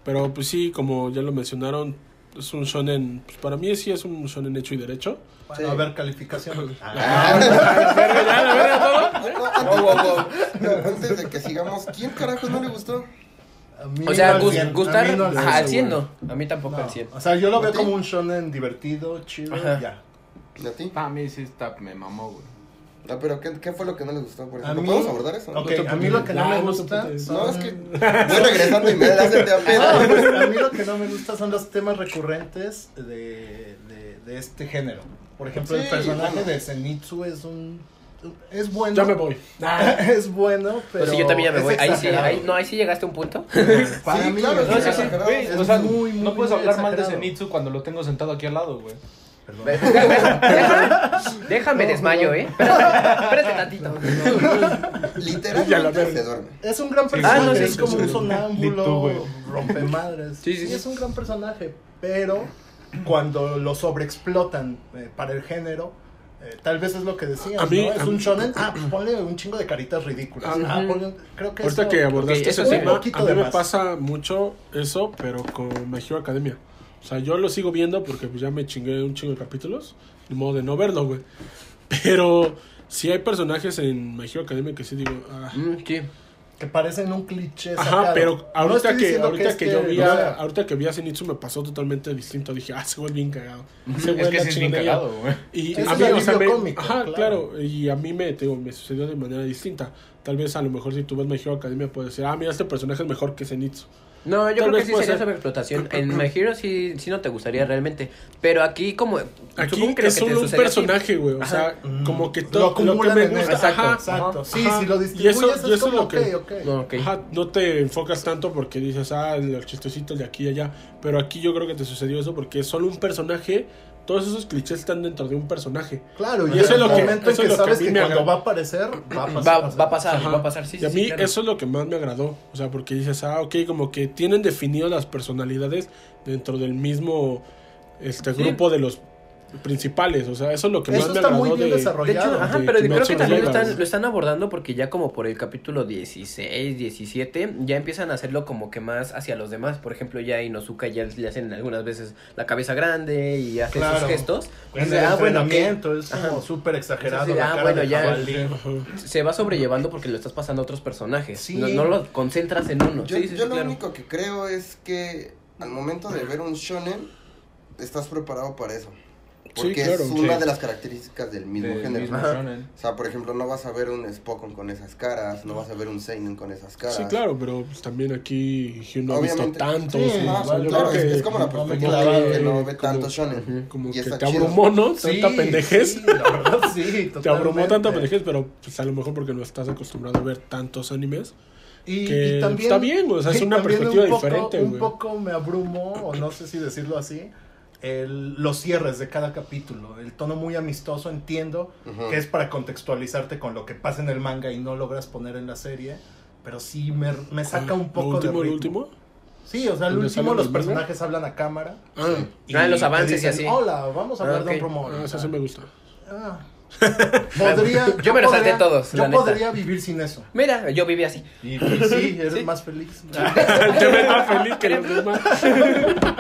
Speaker 1: pero pues sí, como ya lo mencionaron, es un shonen, pues para mí sí es un shonen hecho y derecho.
Speaker 4: Bueno, a ver, calificación.
Speaker 2: Oh,
Speaker 3: Antes Ah, de que sigamos, ¿quién carajo no le gustó?
Speaker 4: A mí
Speaker 2: O sea,
Speaker 4: al
Speaker 2: Gus-
Speaker 4: 100, a
Speaker 2: gustar
Speaker 4: mí no al
Speaker 2: ajá, al
Speaker 4: 100,
Speaker 2: 100 no. A mí tampoco
Speaker 4: No, ah,
Speaker 2: al 100.
Speaker 4: O sea, yo lo veo
Speaker 3: ¿Sí?
Speaker 4: como un shonen divertido, chido,
Speaker 2: Ajá.
Speaker 4: ya.
Speaker 3: ¿Y ¿A ti?
Speaker 2: Ah.
Speaker 6: Ah,
Speaker 5: A mí sí está, me mamó, güey.
Speaker 3: No, pero ¿qué, qué fue Pues, lo que no le gustó? Por
Speaker 4: A
Speaker 3: ejemplo?
Speaker 4: mí-
Speaker 3: ¿Podemos abordar eso?
Speaker 4: Ok, a mí lo que no
Speaker 1: No,
Speaker 4: me
Speaker 1: no te
Speaker 4: gusta
Speaker 1: putes.
Speaker 4: son-
Speaker 3: No, es que voy regresando y me das el
Speaker 4: Ah,
Speaker 3: tema.
Speaker 4: pues, a mí lo que no me gusta son los temas recurrentes de, de, de este género. Por ejemplo, el
Speaker 3: Sí,
Speaker 4: personaje
Speaker 3: bueno.
Speaker 4: de Zenitsu es un... Es bueno.
Speaker 1: Ya me voy. Ah,
Speaker 4: es bueno, pero...
Speaker 2: Pero Pues sí, yo también ya me
Speaker 4: es
Speaker 2: voy. Ahí sí,
Speaker 4: exagerado.
Speaker 2: ahí, no, ahí sí llegaste a un punto.
Speaker 4: Para
Speaker 3: Sí,
Speaker 4: mí,
Speaker 3: claro,
Speaker 4: o
Speaker 6: No, sí,
Speaker 4: sea,
Speaker 6: sí,
Speaker 3: exagerado,
Speaker 6: güey,
Speaker 3: Pues es
Speaker 6: o sea,
Speaker 4: muy, muy,
Speaker 6: no puedes
Speaker 4: muy
Speaker 6: hablar mal de
Speaker 4: exagerado.
Speaker 6: Zenitsu cuando lo tengo sentado aquí al lado, güey.
Speaker 4: perdón.
Speaker 2: Déjame
Speaker 4: No,
Speaker 2: desmayo,
Speaker 4: no.
Speaker 2: ¿eh? Espérate, espérate tantito.
Speaker 1: Ya la
Speaker 3: Literalmente
Speaker 1: verga.
Speaker 3: se duerme.
Speaker 4: Es un gran
Speaker 2: Ah,
Speaker 4: personaje,
Speaker 2: no, sí,
Speaker 4: es
Speaker 1: sí,
Speaker 4: como
Speaker 1: sí,
Speaker 4: un
Speaker 1: sí.
Speaker 6: Ni
Speaker 4: sonámbulo,
Speaker 6: tú, güey.
Speaker 4: rompemadres.
Speaker 2: Sí, sí,
Speaker 4: Y
Speaker 2: sí.
Speaker 4: es un gran personaje, pero cuando lo sobreexplotan eh, para el género, eh, tal vez es lo que decías,
Speaker 1: A mí-
Speaker 4: ¿no? Es
Speaker 1: a
Speaker 4: un
Speaker 1: mí-
Speaker 4: shonen, ah, pues ponle un chingo de caritas ridículas. Ah,
Speaker 2: Ajá.
Speaker 4: ponle- creo que
Speaker 1: Ahorita
Speaker 4: eso-
Speaker 1: que abordaste
Speaker 2: ok, eso
Speaker 1: ese
Speaker 2: sí,
Speaker 1: tema,
Speaker 4: un poquito
Speaker 1: a mí
Speaker 4: de
Speaker 1: me
Speaker 4: más.
Speaker 1: pasa mucho eso, pero con My Hero Academia. O sea, yo lo sigo viendo porque pues, ya me chingué un chingo de capítulos, de modo de no verlo, güey. Pero si hay personajes en My Hero Academia que sí digo, ah,
Speaker 2: Mm, sí.
Speaker 4: que parecen un cliché
Speaker 1: Ajá,
Speaker 4: sacado.
Speaker 1: pero
Speaker 4: No
Speaker 1: ahorita
Speaker 4: estoy
Speaker 1: que
Speaker 4: diciendo este
Speaker 1: ahorita que,
Speaker 4: esté-
Speaker 1: yo vi
Speaker 4: o
Speaker 1: a,
Speaker 4: sea,
Speaker 1: ahorita que vi a Zenitsu me pasó totalmente distinto. Dije, ah, se vuelve bien cagado. Se
Speaker 6: Es que
Speaker 1: vuelve
Speaker 6: sí es bien cagado, güey.
Speaker 1: Y
Speaker 4: Sí, es
Speaker 1: a
Speaker 4: un
Speaker 1: mí, o sea,
Speaker 4: alivio
Speaker 1: me-
Speaker 4: cómico,
Speaker 1: ajá,
Speaker 4: claro.
Speaker 1: claro. Y a mí me, te digo, me sucedió de manera distinta. Tal vez a lo mejor si tú ves My Hero Academia puedes decir, ah, mira, este personaje es mejor que Zenitsu.
Speaker 2: No,
Speaker 1: Tal
Speaker 2: yo creo que
Speaker 1: vez
Speaker 2: sí
Speaker 1: puede
Speaker 2: sería
Speaker 1: ser.
Speaker 2: sobreexplotación. En My Hero sí, sí no te gustaría realmente. Pero aquí como...
Speaker 1: Aquí
Speaker 2: supongo que
Speaker 1: que
Speaker 2: lo
Speaker 1: es
Speaker 2: que te
Speaker 1: solo un
Speaker 2: sucedió a ti-
Speaker 1: personaje, güey. O sea,
Speaker 4: mm,
Speaker 1: como que
Speaker 4: lo
Speaker 1: todo lo, que
Speaker 4: acumulan
Speaker 1: me
Speaker 4: en
Speaker 1: gusta.
Speaker 4: eso.
Speaker 1: Ajá,
Speaker 4: Exacto,
Speaker 1: ajá.
Speaker 4: sí, si lo
Speaker 1: Y eso,
Speaker 4: distribuyes
Speaker 1: y
Speaker 4: es
Speaker 1: eso es
Speaker 4: como,
Speaker 1: lo
Speaker 4: ok,
Speaker 1: que.
Speaker 4: ok.
Speaker 2: No, ok.
Speaker 1: Ajá, no te enfocas tanto porque dices, ah, los chistecitos de aquí y allá. Pero aquí yo creo que te sucedió eso porque es solo un personaje. Todos esos clichés están dentro de un personaje.
Speaker 4: Claro,
Speaker 1: Y
Speaker 4: y
Speaker 1: eso es
Speaker 4: eso el
Speaker 1: lo que-
Speaker 4: momento en
Speaker 1: eso
Speaker 4: que
Speaker 1: es lo que a
Speaker 4: sabes
Speaker 1: mí
Speaker 4: que,
Speaker 1: me
Speaker 4: cuando
Speaker 1: agrada.
Speaker 4: va a aparecer, va a pasar.
Speaker 2: Va, va a pasar,
Speaker 1: Ajá.
Speaker 2: va a pasar, sí,
Speaker 1: y
Speaker 2: sí,
Speaker 1: a
Speaker 2: sí,
Speaker 1: mí
Speaker 2: claro.
Speaker 1: eso es lo que más me agradó. O sea, porque dices, ah, ok, como que tienen definido las personalidades dentro del mismo este grupo de los principales. O sea, eso es lo que
Speaker 4: Eso
Speaker 1: más me
Speaker 4: está
Speaker 1: agradó.
Speaker 4: muy bien
Speaker 1: de-
Speaker 4: desarrollado.
Speaker 2: De hecho,
Speaker 1: rollado,
Speaker 2: ajá,
Speaker 1: de
Speaker 2: pero creo
Speaker 1: Kimetsu
Speaker 2: que
Speaker 1: no
Speaker 2: también lo
Speaker 1: Yaiba,
Speaker 2: están,
Speaker 1: güey.
Speaker 2: lo están abordando porque ya como por el capítulo 16, 17, ya empiezan a hacerlo como que más hacia los demás. Por ejemplo, ya a Inosuka ya le hacen algunas veces la cabeza grande y hace
Speaker 4: Claro.
Speaker 2: esos gestos. Y
Speaker 4: En
Speaker 2: dice,
Speaker 4: el
Speaker 2: ah, bueno, ok.
Speaker 4: entrenamiento es como súper exagerado.
Speaker 2: Sí, sí,
Speaker 4: la
Speaker 2: ah,
Speaker 4: cara
Speaker 2: bueno,
Speaker 4: de
Speaker 2: ya.
Speaker 4: jabalí.
Speaker 1: Ajá.
Speaker 2: se va sobrellevando porque lo estás pasando a otros personajes.
Speaker 4: Sí.
Speaker 2: No, no lo concentras en uno.
Speaker 3: Yo,
Speaker 2: sí, sí,
Speaker 3: yo
Speaker 2: sí,
Speaker 3: lo
Speaker 2: claro.
Speaker 3: único que creo es que al momento de ver un shonen, estás preparado para eso. Porque
Speaker 1: claro,
Speaker 3: es
Speaker 1: sí.
Speaker 3: una de las características del mismo
Speaker 6: Del
Speaker 3: género.
Speaker 6: mismo
Speaker 2: Ajá.
Speaker 6: shonen.
Speaker 3: O sea, por ejemplo, no vas a ver un Spockon con esas caras, no vas a ver un Seinen con esas caras.
Speaker 1: Sí, claro, pero pues, también aquí Hyun no ha visto
Speaker 3: Obviamente.
Speaker 1: tanto.
Speaker 4: Sí,
Speaker 1: o sea,
Speaker 3: Ah,
Speaker 1: o sea, yo
Speaker 3: claro,
Speaker 1: creo
Speaker 3: es,
Speaker 1: que
Speaker 3: es como la
Speaker 4: no me
Speaker 3: perspectiva
Speaker 4: clava,
Speaker 3: de que no
Speaker 1: eh,
Speaker 3: ve
Speaker 1: como-
Speaker 3: tanto shonen.
Speaker 1: Como
Speaker 3: Y
Speaker 1: que
Speaker 3: está
Speaker 1: te
Speaker 3: chido.
Speaker 1: abrumó, ¿no? Tanta pendejez.
Speaker 4: Sí, la verdad, sí,
Speaker 1: Te abrumó
Speaker 4: totalmente.
Speaker 1: tanta pendejez, pero pues, a lo mejor porque no estás acostumbrado a ver tantos animes.
Speaker 4: Y,
Speaker 1: que está bien, o sea, es
Speaker 4: y
Speaker 1: una
Speaker 4: también
Speaker 1: perspectiva
Speaker 4: un poco-
Speaker 1: diferente,
Speaker 4: Un
Speaker 1: güey.
Speaker 4: poco me abrumó, o no sé si decirlo así, el- los cierres de cada capítulo. El tono muy amistoso, entiendo,
Speaker 3: Ujú.
Speaker 4: que es para contextualizarte con lo que pasa en el manga y no logras poner en la serie. Pero sí me, me saca un poco
Speaker 1: Ah, ¿Lo último,
Speaker 4: de
Speaker 1: lo
Speaker 4: ritmo.
Speaker 1: último?
Speaker 4: Sí, o sea, al
Speaker 1: ¿Donde
Speaker 4: último
Speaker 1: salen
Speaker 4: los
Speaker 1: los memes?
Speaker 4: personajes hablan a cámara.
Speaker 1: Ah,
Speaker 2: Ah, los
Speaker 4: te
Speaker 2: avances y así.
Speaker 4: Hola, vamos a
Speaker 2: Ah,
Speaker 4: hablar
Speaker 2: ok.
Speaker 4: de un promo.
Speaker 1: ah, eso sí me gusta.
Speaker 4: Ah. Podría,
Speaker 2: Yo me los salté
Speaker 4: podría-
Speaker 2: todos,
Speaker 4: Yo
Speaker 2: la neta.
Speaker 4: podría vivir sin eso.
Speaker 2: Mira, yo viví así.
Speaker 4: Y, y sí, eres
Speaker 2: Sí.
Speaker 4: más feliz.
Speaker 1: Yo me da feliz que los demás.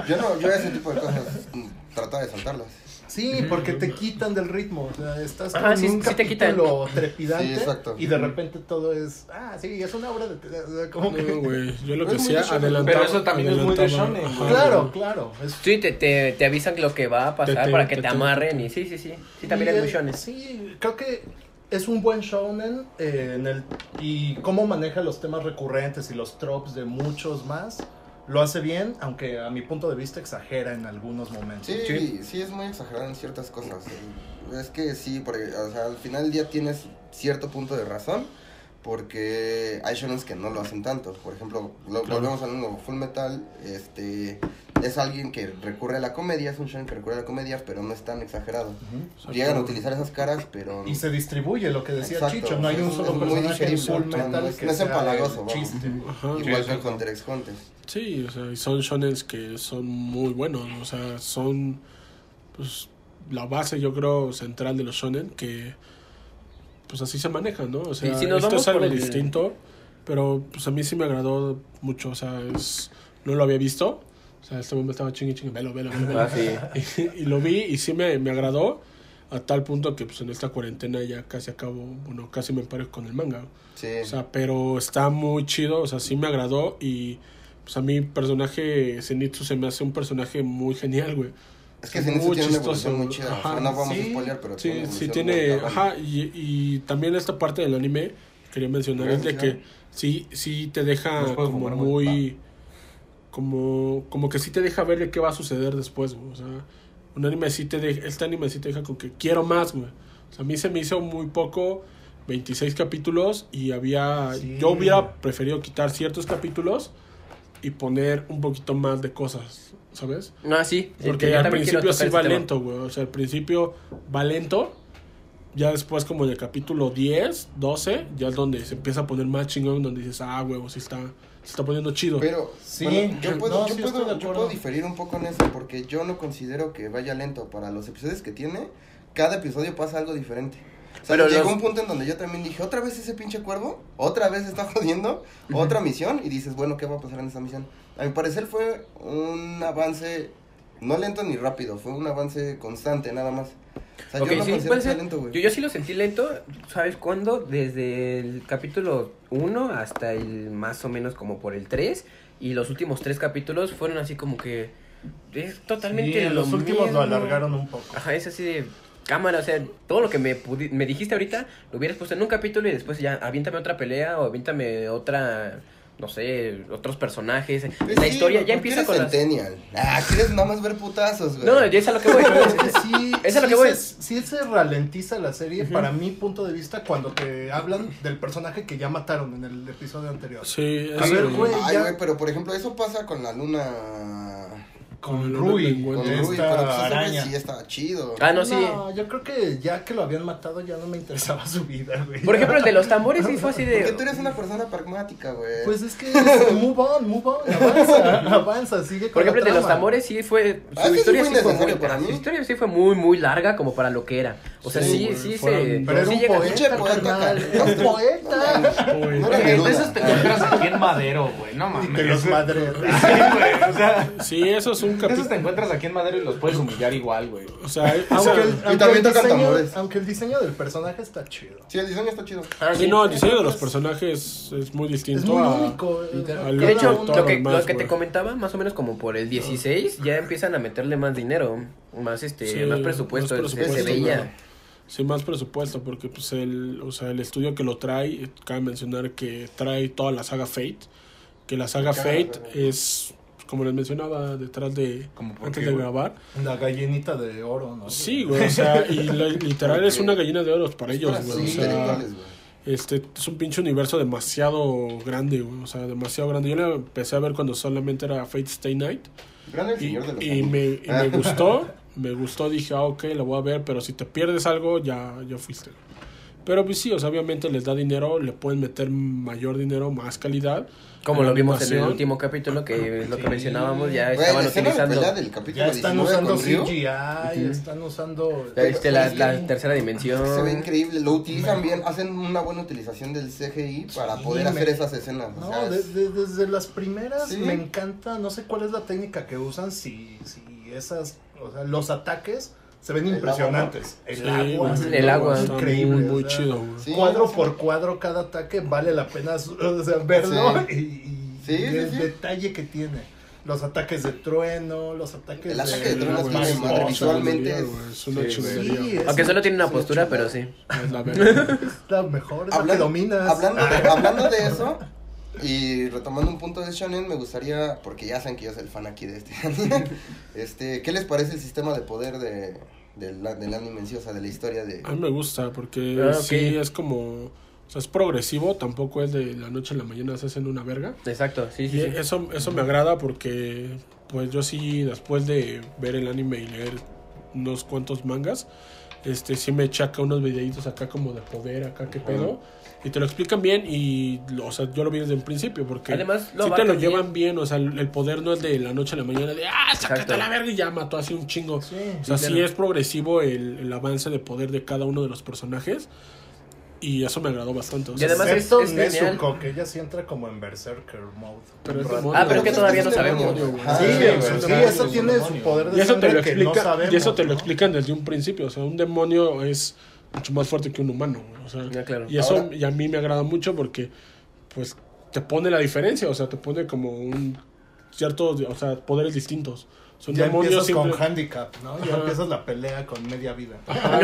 Speaker 3: Yo no, yo ese tipo de cosas mm, trataba de saltarlas.
Speaker 4: Sí, porque te quitan del ritmo. O sea, estás
Speaker 2: Ajá,
Speaker 4: con
Speaker 2: sí-
Speaker 4: un
Speaker 2: sí te quitan.
Speaker 4: capítulo trepidante
Speaker 3: Sí, exacto.
Speaker 4: y de repente todo es, ah, sí, es una obra de... te- o sea, como que-
Speaker 1: No, güey. Yo lo
Speaker 3: Es
Speaker 1: que
Speaker 3: muy
Speaker 1: hacía,
Speaker 3: de shonen.
Speaker 1: adelantaba.
Speaker 6: Pero eso también es muy de
Speaker 1: adelantaba.
Speaker 6: shonen,
Speaker 1: Ajá,
Speaker 4: Claro,
Speaker 1: güey.
Speaker 4: claro. es-
Speaker 2: Sí, te, te, te avisan lo que va a pasar
Speaker 1: Te- te-
Speaker 2: para que
Speaker 1: te-
Speaker 2: te,
Speaker 1: te-
Speaker 2: amarren y sí, sí, sí. Sí, también
Speaker 4: y,
Speaker 2: es
Speaker 4: eh,
Speaker 2: muy shonen.
Speaker 4: Sí, creo que es un buen shonen eh, en el, y cómo maneja los temas recurrentes y los tropes de muchos más. Lo hace bien, aunque a mi punto de vista exagera en algunos momentos.
Speaker 3: Sí,
Speaker 2: Sí.
Speaker 3: sí, es muy exagerado en ciertas cosas. eh. Es que sí, porque o sea, al final del día tienes cierto punto de razón, porque hay shonen que no lo hacen tanto. Por ejemplo, lo, volvemos al mismo Full Metal, este, es alguien que recurre a la comedia, es un shonen que recurre a la comedia, pero no es tan exagerado. Llegan a utilizar esas caras, pero...
Speaker 4: Y se distribuye lo que decía
Speaker 3: Exacto,
Speaker 4: Chicho, no hay
Speaker 3: es-
Speaker 4: un
Speaker 3: es
Speaker 4: solo
Speaker 3: muy
Speaker 4: personaje en
Speaker 3: digerible,
Speaker 4: Full
Speaker 3: no, no
Speaker 4: Metal
Speaker 3: es-
Speaker 4: que
Speaker 3: no es
Speaker 4: sea
Speaker 3: empalagoso,
Speaker 4: el
Speaker 3: vamos.
Speaker 4: chiste.
Speaker 1: Ajá.
Speaker 5: Sí,
Speaker 3: Igual que
Speaker 5: exacto.
Speaker 3: con Derex Contes.
Speaker 1: Sí, o sea, y son shonens que son muy buenos, o sea, son pues la base yo creo central de los shonen que pues así se manejan, ¿no? O sea,
Speaker 2: Y si nos
Speaker 1: esto
Speaker 2: vamos
Speaker 1: es algo
Speaker 2: por el-
Speaker 1: distinto, pero pues a mí sí me agradó mucho, o sea, es- no lo había visto, o sea, este momento estaba chingue chingue, velo, velo, velo, velo.
Speaker 2: Ah, sí.
Speaker 1: y, y lo vi y sí me, me agradó a tal punto que pues en esta cuarentena ya casi acabo, bueno, casi me paro con el manga.
Speaker 3: Sí.
Speaker 1: O sea, pero está muy chido, o sea, sí me agradó y pues a mi personaje Zenitsu se me hace un personaje muy genial, güey.
Speaker 3: es que Zenitsu
Speaker 1: muy
Speaker 3: tiene una evolución
Speaker 1: chistoso.
Speaker 3: muy chida. o sea,
Speaker 1: Ajá,
Speaker 3: no vamos
Speaker 1: sí,
Speaker 3: a spoiler, pero
Speaker 1: Sí, sí
Speaker 3: tiene evolución
Speaker 1: tiene,
Speaker 3: muy cabrón.
Speaker 1: ajá, y, y también esta parte del anime quería mencionar es de que sí sí te deja
Speaker 5: Después de
Speaker 1: como
Speaker 5: fumar, güey,
Speaker 1: muy como como que sí te deja ver de qué va a suceder después, güey. O sea, un anime sí te deja, este anime sí te deja con que quiero más, güey. O sea, a mí se me hizo muy poco 26 capítulos y había
Speaker 4: Sí.
Speaker 1: yo hubiera preferido quitar ciertos capítulos y poner un poquito más de cosas, ¿sabes?
Speaker 2: No, sí.
Speaker 1: Porque
Speaker 2: yo
Speaker 1: al
Speaker 2: también quiero
Speaker 1: principio sí
Speaker 2: tocar
Speaker 1: va
Speaker 2: ese tema.
Speaker 1: lento, güey. O sea, al principio va lento. Ya después, como en el capítulo 10, 12, ya es donde se empieza a poner más chingón, donde dices, ah, huevo, sí está, se está poniendo chido.
Speaker 3: Pero
Speaker 4: Sí,
Speaker 3: bueno, yo,
Speaker 4: yo-
Speaker 3: puedo,
Speaker 4: no,
Speaker 3: yo,
Speaker 4: sí
Speaker 3: puedo-
Speaker 4: estoy de
Speaker 3: yo
Speaker 4: acuerdo.
Speaker 3: puedo diferir un poco en eso porque yo no considero que vaya lento. Para los episodios que tiene, cada episodio pasa algo diferente. O sea,
Speaker 2: Pero
Speaker 3: llegó
Speaker 2: los-
Speaker 3: un punto en donde yo también dije, otra vez ese pinche cuervo, otra vez está jodiendo, otra misión, y dices, bueno, ¿qué va a pasar en esa misión? A mi parecer fue un avance, no lento ni rápido, fue un avance constante nada más. O sea,
Speaker 2: Ok,
Speaker 3: yo no
Speaker 2: sí,
Speaker 3: considero
Speaker 2: puede
Speaker 3: que sea
Speaker 2: ser.
Speaker 3: lento, güey.
Speaker 2: Yo, yo sí lo sentí lento, ¿sabes cuándo? Desde el capítulo 1 hasta el más o menos como por el 3. Y los últimos tres capítulos fueron así como que. Es totalmente.
Speaker 4: Sí,
Speaker 2: lo
Speaker 4: los últimos
Speaker 2: mismo.
Speaker 4: lo alargaron un poco.
Speaker 2: Ajá, es así de. Cámara, o sea, todo lo que me, pudi- me dijiste ahorita lo hubieras puesto en un capítulo y después ya aviéntame otra pelea o aviéntame otra. No sé, otros personajes.
Speaker 3: Pues
Speaker 2: la
Speaker 3: sí,
Speaker 2: historia ya
Speaker 3: güey, ¿por qué
Speaker 2: empieza
Speaker 3: eres
Speaker 2: con. las-
Speaker 3: centennial? Ah, quieres nada más ver putazos, güey.
Speaker 2: No, no, ya es a lo que voy.
Speaker 4: Pero es que sí,
Speaker 2: Es a lo
Speaker 4: sí
Speaker 2: que voy.
Speaker 4: se- sí se ralentiza la serie, para mi punto de vista, cuando te hablan del personaje que ya mataron en el episodio anterior.
Speaker 1: sí,
Speaker 4: A ver,
Speaker 1: que-
Speaker 2: Pues,
Speaker 4: güey,
Speaker 3: Ay,
Speaker 4: ya-
Speaker 3: güey, pero por ejemplo, eso pasa con la luna.
Speaker 1: Con
Speaker 4: Con
Speaker 1: el
Speaker 4: Rui,
Speaker 1: Orden
Speaker 3: Con
Speaker 1: Bueno,
Speaker 3: Rui,
Speaker 4: esta
Speaker 3: pero pues, ese güey
Speaker 4: araña.
Speaker 3: sí estaba chido.
Speaker 2: Ah, no, sí.
Speaker 4: yo creo que ya que lo habían matado ya no me interesaba su vida, güey.
Speaker 2: Por ejemplo, el de los tambores sí fue así de.
Speaker 3: Porque tú eres una persona pragmática, güey.
Speaker 4: Pues es que es move on, move on, avanza, avanza, sigue con
Speaker 2: Por ejemplo,
Speaker 4: la
Speaker 2: el de los
Speaker 4: trama.
Speaker 2: tambores sí fue. Su
Speaker 3: Ah, ese sí
Speaker 2: historia sí
Speaker 3: fue
Speaker 2: fue muy.
Speaker 3: innecesario para mí.
Speaker 2: Su historia sí fue muy, muy larga como para lo que era. O sea,
Speaker 1: Sí,
Speaker 2: sí,
Speaker 1: güey,
Speaker 2: sí, se.
Speaker 1: fueron-
Speaker 4: Pero era
Speaker 2: sí
Speaker 4: un
Speaker 2: llega-
Speaker 3: Pinche
Speaker 4: poeta,
Speaker 3: poeta,
Speaker 4: carnal,
Speaker 3: carnal.
Speaker 4: era un poeta.
Speaker 1: güey.
Speaker 3: No
Speaker 5: Güey,
Speaker 3: era
Speaker 5: de
Speaker 3: Neruda.
Speaker 5: esos te encuentras aquí en Madero, güey. No
Speaker 4: Y
Speaker 5: mames.
Speaker 4: te los madre.
Speaker 5: Sí, güey, o sea,
Speaker 1: Sí, eso es un
Speaker 5: de esos te
Speaker 1: capítulo.
Speaker 5: encuentras aquí en Madero y los puedes humillar igual, güey.
Speaker 1: O sea, es-
Speaker 4: Aunque el, aunque
Speaker 3: también
Speaker 4: el
Speaker 3: tocan
Speaker 4: diseño,
Speaker 3: tambores.
Speaker 4: aunque el diseño del personaje está chido.
Speaker 3: Sí, el diseño está chido.
Speaker 2: Ah,
Speaker 1: sí,
Speaker 2: sí.
Speaker 1: no, el diseño de los
Speaker 4: Entonces,
Speaker 1: personajes es muy distinto
Speaker 4: Es muy
Speaker 1: a-
Speaker 4: único.
Speaker 1: a
Speaker 2: Y de hecho,
Speaker 1: Todo
Speaker 2: lo que,
Speaker 1: normal,
Speaker 2: lo que
Speaker 1: güey.
Speaker 2: te comentaba, más o menos como por el 16, ya empiezan a meterle más dinero, más este,
Speaker 1: Sí,
Speaker 2: Ah. más presupuesto,
Speaker 1: más
Speaker 2: se-
Speaker 1: presupuesto,
Speaker 2: se veía.
Speaker 1: claro. Sí, más presupuesto, porque pues el, o sea, el estudio que lo trae, cabe mencionar que trae toda la saga Fate, que la saga
Speaker 3: Claro,
Speaker 1: Fate
Speaker 3: claro.
Speaker 1: es, como les mencionaba, detrás de,
Speaker 5: Como por
Speaker 1: antes
Speaker 5: qué,
Speaker 1: de
Speaker 5: güey?
Speaker 1: grabar.
Speaker 4: La gallinita de oro, ¿no?
Speaker 1: Sí, güey, o sea, y la- literal es una gallina de oro para ellos,
Speaker 3: Para
Speaker 1: güey. O
Speaker 3: sus
Speaker 1: sea,
Speaker 3: intelectuales, güey.
Speaker 1: este, es un pinche universo demasiado grande, güey, o sea, demasiado grande. Yo la empecé a ver cuando solamente era Fate Stay Night.
Speaker 3: Grande el
Speaker 1: Y,
Speaker 3: señor de los
Speaker 1: y
Speaker 3: anillos.
Speaker 1: me, y me gustó, me gustó, dije, ah, ok, la voy a ver, pero si te pierdes algo, ya, ya fuiste. Pero pues sí, o sea, obviamente les da dinero, le pueden meter mayor dinero, más calidad.
Speaker 2: Como
Speaker 1: La
Speaker 2: lo vimos en el
Speaker 1: animación.
Speaker 2: último capítulo, que es lo que mencionábamos, ya
Speaker 3: Güey,
Speaker 2: estaban
Speaker 3: la escena de
Speaker 2: utilizando.
Speaker 3: pelea del capítulo
Speaker 4: Ya están
Speaker 3: 19
Speaker 4: usando
Speaker 3: con Ryu,
Speaker 4: CGI, están usando...
Speaker 2: Ya viste la,
Speaker 3: Sí.
Speaker 2: la tercera
Speaker 3: Se ve
Speaker 2: dimensión.
Speaker 3: increíble, lo utilizan bien, hacen una buena utilización del CGI para
Speaker 4: Sí,
Speaker 3: poder
Speaker 4: me-
Speaker 3: hacer esas escenas. o sea,
Speaker 4: No,
Speaker 3: es-
Speaker 4: desde, desde las primeras
Speaker 3: Sí.
Speaker 4: me encanta, no sé cuál es la técnica que usan, si, si esas, o sea, los ataques se ven
Speaker 3: El
Speaker 4: impresionantes. El
Speaker 1: Sí,
Speaker 4: agua,
Speaker 1: güey,
Speaker 2: el agua.
Speaker 1: está
Speaker 4: increíble,
Speaker 1: Muy, muy
Speaker 4: o sea,
Speaker 1: chido, güey.
Speaker 3: Sí,
Speaker 4: cuadro
Speaker 3: sí, sí.
Speaker 4: por cuadro cada ataque vale la pena o sea, verlo y, y-
Speaker 3: Sí,
Speaker 4: y
Speaker 3: sí,
Speaker 4: el
Speaker 3: sí.
Speaker 4: detalle que tiene. Los ataques de trueno, los ataques
Speaker 3: El ataque de
Speaker 1: Sí,
Speaker 4: de
Speaker 3: trueno
Speaker 4: las
Speaker 1: güey,
Speaker 3: tiene
Speaker 1: es una
Speaker 3: madre,
Speaker 4: mazmorras.
Speaker 3: visualmente
Speaker 1: chingonería,
Speaker 3: es-
Speaker 1: güey, es una
Speaker 5: Sí, güey.
Speaker 1: chingonería.
Speaker 4: Sí, es-
Speaker 2: Aunque solo tiene una postura, pero sí.
Speaker 1: Es la verga.
Speaker 4: es la mejor, es la
Speaker 3: Hablan-
Speaker 4: que dominas.
Speaker 3: Hablando de, hablando de eso, Y retomando un punto de Shonen, me gustaría, porque ya saben que yo soy el fan aquí de este anime, este, ¿qué les parece el sistema de poder de, del, del anime en sí, o sea, de la historia de...
Speaker 1: A mí me gusta porque
Speaker 2: Ah, ok.
Speaker 1: sí es como. O sea, es progresivo, tampoco es de la noche a la mañana se hacen una verga.
Speaker 2: Exacto, sí,
Speaker 1: Y
Speaker 2: sí. sí.
Speaker 1: eso, eso me agrada porque, pues yo sí, después de ver el anime y leer unos cuantos mangas, este sí me chaca unos videitos acá como de poder, acá qué pedo. Y te lo explican bien y, lo- o sea, yo lo vi desde el principio porque
Speaker 2: Además, lo
Speaker 1: sí te lo
Speaker 2: abarcan
Speaker 1: llevan bien. o sea, el el poder no es de la noche a la mañana de, ah, sácate
Speaker 2: Exacto.
Speaker 1: a la verga y ya mató así un chingo. O sea,
Speaker 2: Sí,
Speaker 1: sí
Speaker 2: claro.
Speaker 1: es progresivo el, el avance de poder de cada uno de los personajes y eso me agradó bastante. O
Speaker 2: Y
Speaker 1: sea,
Speaker 2: además es-
Speaker 4: Excepto
Speaker 2: es genial.
Speaker 4: Nezuko, que ella sí entra como en Berserker mode.
Speaker 1: Pero es
Speaker 4: Un rato.
Speaker 1: demonio,
Speaker 2: Ah, pero es que
Speaker 1: güey.
Speaker 2: todavía no
Speaker 3: Es pues,
Speaker 2: sabemos.
Speaker 3: demonio, güey.
Speaker 4: Sí,
Speaker 3: Ajá.
Speaker 4: güey,
Speaker 6: güey,
Speaker 4: sí,
Speaker 6: o sea,
Speaker 4: eso
Speaker 6: es
Speaker 4: tiene
Speaker 6: un
Speaker 4: su
Speaker 6: demonio.
Speaker 4: poder de
Speaker 1: Y eso te lo
Speaker 4: sangre que no
Speaker 1: explica, y eso
Speaker 4: sabemos,
Speaker 1: te lo
Speaker 4: ¿no?
Speaker 1: explican desde un principio. O sea, un demonio es mucho más fuerte que un humano. güey, o sea,
Speaker 2: Ya, claro.
Speaker 1: Y eso
Speaker 3: Ahora-
Speaker 1: y a mí me agrada mucho porque, pues, te pone la diferencia. O sea, te pone como un cierto, o sea, poderes distintos. O sea, un
Speaker 4: Ya
Speaker 1: demonio
Speaker 4: empiezas
Speaker 1: simple.
Speaker 4: con handicap, ¿no? Ya empiezas la pelea con media vida.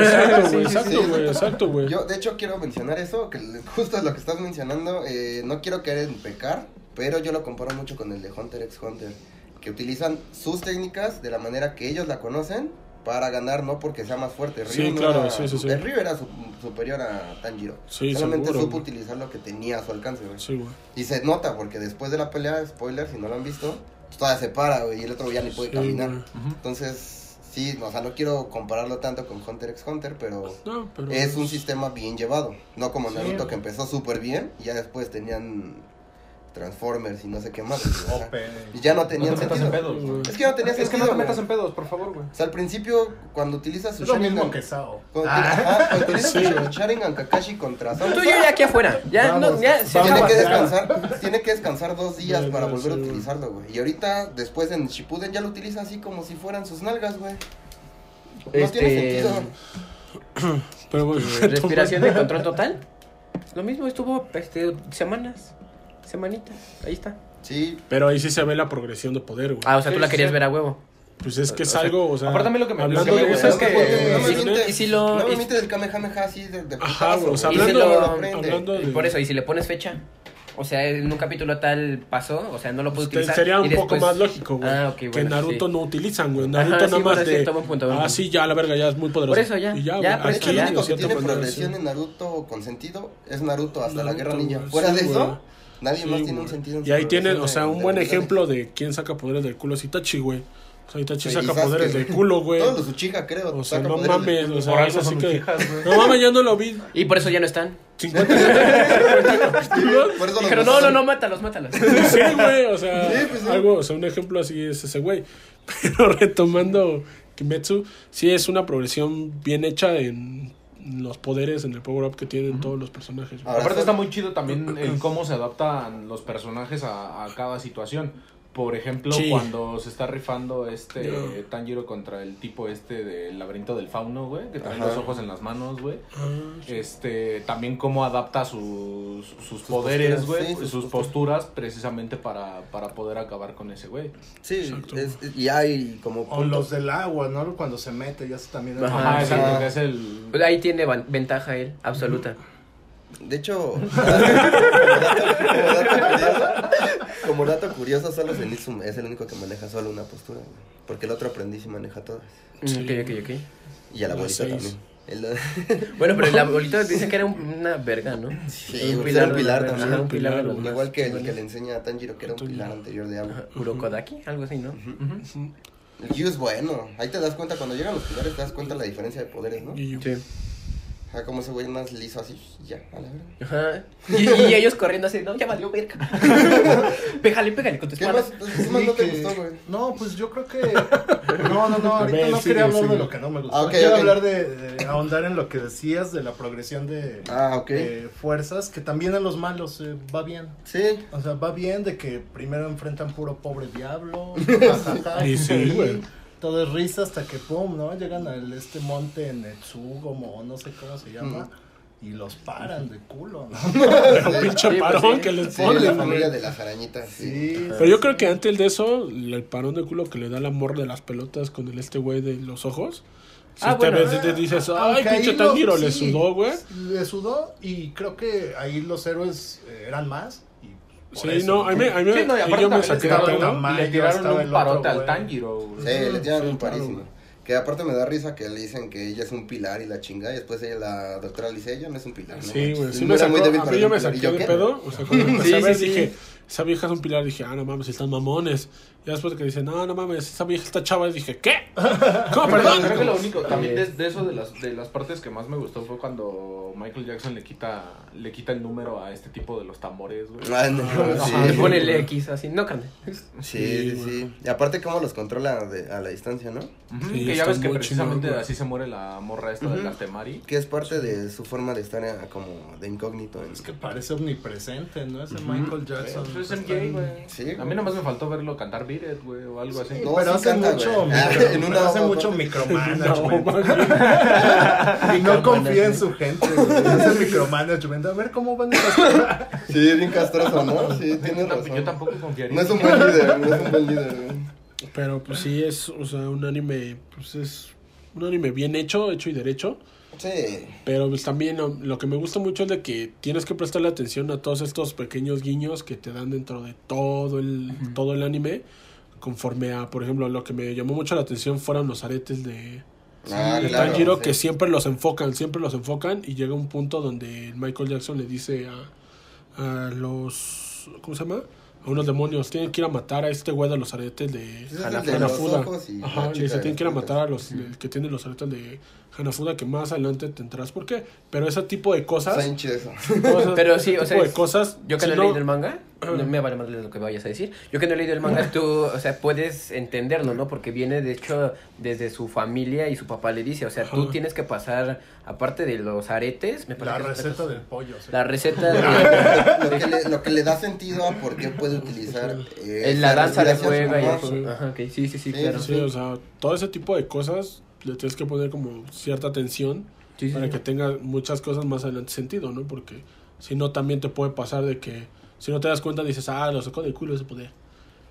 Speaker 1: Ah, exacto, güey,
Speaker 2: Sí, sí,
Speaker 1: exacto,
Speaker 3: sí.
Speaker 1: güey, exacto, güey.
Speaker 3: Yo, de hecho, quiero mencionar eso, que le- justo es lo que estás mencionando. eh, no quiero caer en pecar, pero yo lo comparo mucho con el de Hunter x Hunter, que utilizan sus técnicas de la manera que ellos la conocen para ganar, no porque sea más fuerte.
Speaker 1: Sí,
Speaker 3: no
Speaker 1: claro,
Speaker 3: era-
Speaker 1: sí, sí, sí.
Speaker 3: el Ryu era su- superior a Tanjiro.
Speaker 1: Sí,
Speaker 3: Solamente
Speaker 1: seguro,
Speaker 3: supo
Speaker 1: güey.
Speaker 3: utilizar lo que tenía a su alcance, güey.
Speaker 1: Sí, güey.
Speaker 3: Y se nota, porque después de la pelea, spoiler, si no lo han visto, pues, todavía se para, güey, y el otro ya ni puede
Speaker 1: Sí,
Speaker 3: caminar.
Speaker 1: güey.
Speaker 3: Entonces, sí, no, o sea, no quiero compararlo tanto con Hunter x Hunter, pero...
Speaker 1: No, pero pues,
Speaker 3: Es un sistema bien llevado. No como
Speaker 4: Sí.
Speaker 3: Naruto que empezó súper bien y ya después tenían Transformers y no sé qué más. o sea,
Speaker 4: Open.
Speaker 3: y ya no tenían
Speaker 6: No te metas en
Speaker 3: sentido.
Speaker 6: pedos, güey.
Speaker 3: Es que no tenía
Speaker 6: Es que
Speaker 3: sentido.
Speaker 6: no te
Speaker 3: güey.
Speaker 6: metas en pedos, por favor, güey.
Speaker 3: O sea, al principio, cuando utilizas su
Speaker 4: Es lo mismo
Speaker 3: Sharingan-
Speaker 4: que Sao.
Speaker 6: Ah.
Speaker 3: Cuando, ajá, cuando utilizas
Speaker 1: Sí,
Speaker 3: su
Speaker 1: güey.
Speaker 3: Sharingan Kakashi contra Sansa,
Speaker 2: Tú y yo ya aquí afuera. Ya,
Speaker 4: Vamos,
Speaker 2: no, ya, se
Speaker 4: vamos.
Speaker 2: acaba.
Speaker 3: tiene que
Speaker 4: ya.
Speaker 3: descansar, tiene que descansar dos días
Speaker 1: Ya,
Speaker 3: para
Speaker 1: ya,
Speaker 3: volver a
Speaker 1: sí, güey.
Speaker 3: utilizarlo, güey. Y ahorita, después en Shippuden, ya lo utiliza así como si fueran sus nalgas, güey. No tiene
Speaker 2: Este,
Speaker 3: sentido.
Speaker 1: Pero bueno,
Speaker 2: eh, respiración de control total. Lo mismo estuvo este, semanas, semanitas. Ahí está.
Speaker 3: Sí,
Speaker 1: Pero ahí sí se ve la progresión de poder, güey.
Speaker 2: Ah, o sea,
Speaker 6: Sí,
Speaker 2: tú la
Speaker 6: sí,
Speaker 2: querías
Speaker 6: sí.
Speaker 2: ver a huevo.
Speaker 1: pues es que es
Speaker 6: o sea,
Speaker 1: algo, o sea.
Speaker 6: aparte a mí lo que me- lo
Speaker 1: hablando
Speaker 6: que me
Speaker 1: de
Speaker 6: gusta
Speaker 1: esas
Speaker 6: es que-
Speaker 3: No me
Speaker 1: progresiones-
Speaker 3: mientes.
Speaker 2: Y si lo-
Speaker 3: No me
Speaker 2: y-
Speaker 3: mientes del Kamehameha así de, de
Speaker 1: Ajá, güey, o sea,
Speaker 2: Y se
Speaker 1: hablando,
Speaker 2: lo-
Speaker 3: aprende.
Speaker 1: hablando de.
Speaker 2: Por eso, y si le pones fecha. O sea, en un capítulo tal pasó, o sea, no lo puedo
Speaker 1: Este,
Speaker 2: utilizar.
Speaker 1: sería
Speaker 2: pues y
Speaker 1: un poco
Speaker 2: después-
Speaker 1: más lógico, güey.
Speaker 2: Ah, ok,
Speaker 1: que
Speaker 2: bueno,
Speaker 1: Naruto
Speaker 2: sí.
Speaker 1: no utilizan, güey.
Speaker 2: Ajá,
Speaker 1: Naruto
Speaker 2: sí,
Speaker 1: nada más
Speaker 2: bueno, sí,
Speaker 1: de.
Speaker 2: toma un punto,
Speaker 1: ah,
Speaker 2: bueno.
Speaker 1: sí, ya la verga, ya es muy poderoso.
Speaker 2: Por eso, ya.
Speaker 1: Y ya,
Speaker 2: Ya,
Speaker 1: güey.
Speaker 2: por
Speaker 3: De hecho,
Speaker 2: Sí,
Speaker 3: el
Speaker 2: ya,
Speaker 3: único
Speaker 1: sí,
Speaker 3: que tiene
Speaker 1: cierta
Speaker 3: progresión en Naruto con sentido es Naruto hasta la
Speaker 1: Naruto,
Speaker 3: guerra ninja.
Speaker 1: güey,
Speaker 3: Fuera
Speaker 1: sí,
Speaker 3: de
Speaker 1: güey.
Speaker 3: eso, nadie
Speaker 1: Sí,
Speaker 3: más
Speaker 1: güey.
Speaker 3: tiene un sentido. en
Speaker 1: Y
Speaker 3: su
Speaker 1: ahí tienen,
Speaker 3: progresión
Speaker 1: o sea,
Speaker 3: de-
Speaker 1: un
Speaker 3: de
Speaker 1: buen
Speaker 3: habilidades.
Speaker 1: ejemplo de quién saca poderes del culo es Itachi, güey. O sea, Itachi
Speaker 3: Y
Speaker 1: saca
Speaker 3: Sasuke,
Speaker 1: poderes
Speaker 3: güey.
Speaker 1: del culo, güey.
Speaker 3: Todos los Uchiha, creo.
Speaker 1: O sea,
Speaker 3: sacan
Speaker 1: no
Speaker 3: poderes
Speaker 1: mames,
Speaker 3: del-
Speaker 1: o sea,
Speaker 6: Por
Speaker 1: es
Speaker 6: algo
Speaker 1: así
Speaker 6: son
Speaker 1: que.
Speaker 6: Uchihas, güey.
Speaker 1: No mames, yo no lo vi.
Speaker 2: Y por eso ya no están.
Speaker 1: 50 50 capítulos.
Speaker 3: Por eso los
Speaker 2: Dijeron, no,
Speaker 3: matan.
Speaker 2: no, no, mátalos, mátalos.
Speaker 1: Sí, güey, o sea,
Speaker 3: Sí, pues, sí.
Speaker 1: algo, o sea, un ejemplo así es ese güey. Pero retomando Kimetsu, sí es una progresión bien hecha en los poderes, en el power up que tienen todos los personajes. güey.
Speaker 3: Ahora
Speaker 5: Aparte
Speaker 3: está-
Speaker 5: está muy chido también el cómo se adaptan los personajes a, a cada situación. Por ejemplo,
Speaker 1: Sí.
Speaker 5: cuando se está rifando este
Speaker 1: Ya.
Speaker 5: eh, Tanjiro contra el tipo este del laberinto del fauno, güey, que trae
Speaker 3: Ajá.
Speaker 5: los ojos en las manos, güey.
Speaker 1: Ah,
Speaker 5: Este, también cómo adapta sus, sus, poderes,
Speaker 3: posturas,
Speaker 5: güey,
Speaker 3: sí, sus
Speaker 5: sus, posturas precisamente para, para poder acabar con ese güey.
Speaker 3: Sí,
Speaker 1: Exacto.
Speaker 3: es- y hay como.
Speaker 4: O los del agua, ¿no? Cuando se mete, ya se también.
Speaker 3: Ah,
Speaker 2: Ajá,
Speaker 5: Ajá,
Speaker 2: sí.
Speaker 5: exacto, que es el
Speaker 2: Ahí tiene van- ventaja él, absoluta.
Speaker 3: De hecho, como dato, como dato curioso, como dato curioso, solo Zenitsu es el único que maneja solo una postura. güey, Porque el otro aprendiz sí maneja todas.
Speaker 2: Mm,
Speaker 1: Sí.
Speaker 2: Ok, ok, ok.
Speaker 3: Y a la
Speaker 1: Las
Speaker 3: abuelita
Speaker 1: seis.
Speaker 3: también. El-
Speaker 2: Bueno, pero el abuelito dice que era un- una verga, ¿no?
Speaker 3: Sí, era un pilar,
Speaker 2: de la-
Speaker 3: también.
Speaker 2: ajá, un pilar de los
Speaker 1: Igual
Speaker 3: Igual
Speaker 2: más.
Speaker 3: que el que le enseña a Tanjiro, que era un pilar anterior de agua.
Speaker 2: Ajá, Urokodaki, algo así, ¿no?
Speaker 3: El Gyu es bueno. Ahí te das cuenta, cuando llegan los pilares, te das cuenta la diferencia de poderes, ¿no?
Speaker 1: y-
Speaker 2: Sí.
Speaker 3: Ah, como ese güey más liso así, y ya, a la verga.
Speaker 2: Ajá. Y, y ellos corriendo así, no, ya valió verga. pégale, pégale con tu
Speaker 3: ¿Qué
Speaker 2: espada.
Speaker 3: más, qué más no te gustó, güey?
Speaker 4: No, pues yo creo que. No, no, no.
Speaker 1: A
Speaker 4: Ahorita
Speaker 1: ver,
Speaker 4: no
Speaker 1: sigue,
Speaker 4: quería hablar
Speaker 1: sigue.
Speaker 4: de lo que no me gustó.
Speaker 3: Ah, ok,
Speaker 4: Quiero
Speaker 3: ok.
Speaker 4: hablar de, de ahondar en lo que decías de la progresión de,
Speaker 3: Ah, ok.
Speaker 1: Eh,
Speaker 4: de fuerzas, que también a los malos eh, va bien.
Speaker 3: Sí.
Speaker 4: O sea, va bien de que primero enfrentan puro pobre diablo. jajaja,
Speaker 1: Y sí,
Speaker 4: y
Speaker 1: güey.
Speaker 4: Todo es risa hasta que pum, ¿no? Llegan al este monte en Etsugomo, no sé cómo se llama.
Speaker 1: Mm.
Speaker 4: Y los paran de culo, ¿no?
Speaker 1: Pero pinche
Speaker 2: Sí, pues,
Speaker 1: parón
Speaker 2: sí.
Speaker 1: que les
Speaker 3: Sí, la
Speaker 1: ponen,
Speaker 3: familia
Speaker 1: güey.
Speaker 3: de las arañitas, sí.
Speaker 4: Sí.
Speaker 1: Pero yo creo que antes de eso, el parón de culo que le da el amor de las pelotas con el este güey de los ojos. Si
Speaker 2: Ah,
Speaker 1: te
Speaker 2: bueno.
Speaker 1: ves, te dices, ay,
Speaker 4: Aunque
Speaker 1: pinche
Speaker 4: ahí los-
Speaker 1: Tanjiro, le
Speaker 4: Ah, sí,
Speaker 1: sudó, güey.
Speaker 4: Le sudó y creo que ahí los héroes eh, eran más y
Speaker 1: Sí, no, a mí, a mí
Speaker 5: Sí, no, y
Speaker 1: y
Speaker 5: aparte
Speaker 1: yo me
Speaker 5: también
Speaker 1: saqué de
Speaker 5: estaba
Speaker 4: de
Speaker 5: el
Speaker 1: pedo.
Speaker 4: una-
Speaker 5: tamaño, le
Speaker 4: estaba
Speaker 5: tiraron
Speaker 4: el
Speaker 5: un
Speaker 4: otro,
Speaker 5: parote al
Speaker 4: güey.
Speaker 5: Tanjiro, güey.
Speaker 3: Sí, le tiran
Speaker 1: sí,
Speaker 3: un
Speaker 1: claro,
Speaker 3: parísimo.
Speaker 1: güey.
Speaker 3: que aparte me da risa que le dicen que ella es un pilar y la chinga, y después ella, la doctora le dice, ella no es un pilar. no
Speaker 1: Sí,
Speaker 3: manches".
Speaker 1: güey. Sí
Speaker 3: No
Speaker 1: me
Speaker 3: era
Speaker 1: sacó,
Speaker 3: muy débil
Speaker 1: a
Speaker 3: para
Speaker 1: mí yo
Speaker 3: un
Speaker 1: me
Speaker 3: pilar. ¿Y
Speaker 1: saqué
Speaker 3: yo
Speaker 1: de
Speaker 3: qué?
Speaker 1: pedo. O sea, cuando lo empecé a
Speaker 2: Sí,
Speaker 1: ver,
Speaker 2: sí, sí.
Speaker 1: dije, esa vieja es un pilar. Dije, ah, no mames, están mamones. Y después que dice, no, no mames, esa vieja está chava. Y dije, ¿qué? ¿Cómo,
Speaker 5: Perdón,
Speaker 1: perdón?
Speaker 5: creo que lo único, también de, de eso, de las, de las partes que más me gustó fue cuando Michael Jackson le quita, le quita el número a este tipo de los tambores, güey.
Speaker 3: Ah, no, sí.
Speaker 2: Ajá, ponele X así, no carnal.
Speaker 3: Sí, sí, sí. Y aparte cómo los controla de- a la distancia, ¿no?
Speaker 5: Ujú,
Speaker 1: Sí,
Speaker 5: que ya
Speaker 1: está
Speaker 5: ves que
Speaker 1: muy
Speaker 5: precisamente
Speaker 1: chingón, güey.
Speaker 5: así se muere la morra esta de la Temari.
Speaker 3: Que es parte de su forma de estar eh, como de incógnito. en-
Speaker 4: Es que parece omnipresente, ¿no? Ese Michael Jackson.
Speaker 5: Pues es MJ, güey.
Speaker 3: Sí, güey.
Speaker 5: A mí nomás me faltó verlo cantar Beat It, güey, o algo así.
Speaker 3: No,
Speaker 4: pero
Speaker 3: sí
Speaker 4: hace
Speaker 3: canta,
Speaker 4: mucho,
Speaker 3: güey.
Speaker 4: micro-
Speaker 3: En una
Speaker 4: pero hace
Speaker 3: hoja,
Speaker 4: mucho
Speaker 3: ¿no?
Speaker 4: micromanagement.
Speaker 1: mames.
Speaker 4: Y ¿eh? no confía en su gente, güey. Hace micromanagement. A ver cómo van a
Speaker 3: Sí, es bien castroso, ¿no? Sí, tiene
Speaker 5: No,
Speaker 3: razón.
Speaker 5: yo tampoco confiaría.
Speaker 3: No es un buen líder, no es un buen líder, güey.
Speaker 1: Pero pues sí, es, o sea, un anime, pues es un anime bien hecho, hecho y derecho.
Speaker 3: Sí.
Speaker 1: Pero pues también lo, lo que me gusta mucho es de que tienes que prestarle atención a todos estos pequeños guiños que te dan dentro de todo el, todo el anime. Conforme a, por ejemplo, lo que me llamó mucho la atención fueron los aretes de,
Speaker 3: Ah,
Speaker 1: de
Speaker 3: claro,
Speaker 1: Tanjiro,
Speaker 3: sí.
Speaker 1: que siempre los enfocan, siempre los enfocan. Y llega un punto donde Michael Jackson le dice a, a los. ¿Cómo se llama? A unos demonios, tienen que ir a matar a este güey de los aretes de
Speaker 3: Ese es el de los
Speaker 1: Hanafuda.
Speaker 3: ojos y la
Speaker 1: Ajá, le
Speaker 3: chica
Speaker 1: dice,
Speaker 3: de
Speaker 1: tienen
Speaker 3: las
Speaker 1: que ir a
Speaker 3: frutas".
Speaker 1: matar a los el que tienen los aretes de Hanafuda, que más adelante tendrás por qué. Pero ese tipo de
Speaker 3: Está
Speaker 1: cosas.
Speaker 3: bien chido eso.
Speaker 1: cosas-
Speaker 2: Pero sí, o
Speaker 1: ese
Speaker 2: sea,
Speaker 1: tipo de
Speaker 2: es-
Speaker 1: cosas.
Speaker 2: Yo que
Speaker 1: si
Speaker 2: no he leído el manga, no me vale madre lo que vayas a decir. Yo que no he leído el manga, tú, o sea, puedes entenderlo, ¿no? Porque viene, de hecho, desde su familia y su papá le dice, o sea, tú
Speaker 1: Ajá.
Speaker 2: tienes que pasar, aparte de los aretes, me parece
Speaker 4: La
Speaker 2: que los
Speaker 4: receta
Speaker 2: aretes-
Speaker 4: del pollo. sí.
Speaker 2: La receta de...
Speaker 3: Lo que, le, lo que le da sentido a por qué puede utilizar. eh,
Speaker 2: en la
Speaker 3: esa
Speaker 2: danza de
Speaker 3: respiración.
Speaker 2: fuego y
Speaker 3: Ajá.
Speaker 1: sí.
Speaker 2: eso. Ajá, ok, sí, sí, sí,
Speaker 3: Sí,
Speaker 2: claro.
Speaker 1: Sí, o sea, todo ese tipo de cosas le tienes que poner como cierta atención
Speaker 2: Sí, sí,
Speaker 1: para
Speaker 2: sí.
Speaker 1: que tenga muchas cosas más adelante sentido, ¿no? Porque si no, también te puede pasar de que si no te das cuenta dices, ah, lo sacó del culo ese poder,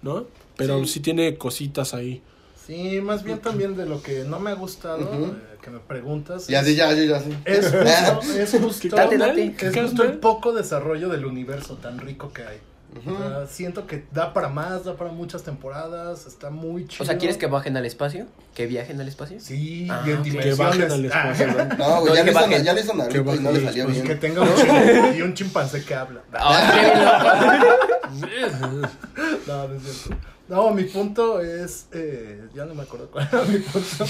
Speaker 1: ¿no? Pero sí,
Speaker 3: Sí.
Speaker 1: tiene cositas ahí.
Speaker 4: Sí, más bien también de lo que no me ha gustado,
Speaker 3: Ujú.
Speaker 4: eh, que me preguntas.
Speaker 3: Y así, ya, ya, ya. sí.
Speaker 4: Es justo, es justo,
Speaker 2: Date, date.
Speaker 4: es
Speaker 1: eh? ¿Qué
Speaker 4: justo el
Speaker 1: tal?
Speaker 4: poco desarrollo del universo tan rico que hay.
Speaker 3: Ujú.
Speaker 4: O sea, siento que da para más, da para muchas temporadas, está muy chido.
Speaker 2: O sea, ¿quieres que bajen al espacio? ¿Que viajen al espacio?
Speaker 4: Sí,
Speaker 2: Ah,
Speaker 4: y en
Speaker 2: ok. Que
Speaker 1: Que bajen al
Speaker 4: dimensiones. Ah,
Speaker 1: espacio, ¿no?
Speaker 3: No,
Speaker 2: No,
Speaker 3: güey, ya,
Speaker 2: que
Speaker 3: le hizo-
Speaker 2: bajen.
Speaker 3: ya le hizo Naruto
Speaker 1: Que
Speaker 3: y no le
Speaker 1: bajen,
Speaker 3: salió
Speaker 1: pues,
Speaker 4: y que
Speaker 3: bien.
Speaker 4: tenga un chimp- y un chimpancé que habla.
Speaker 2: Ah, qué bien loco.
Speaker 4: No, no es cierto. No, mi punto es. eh, ya no me acuerdo cuál era mi punto.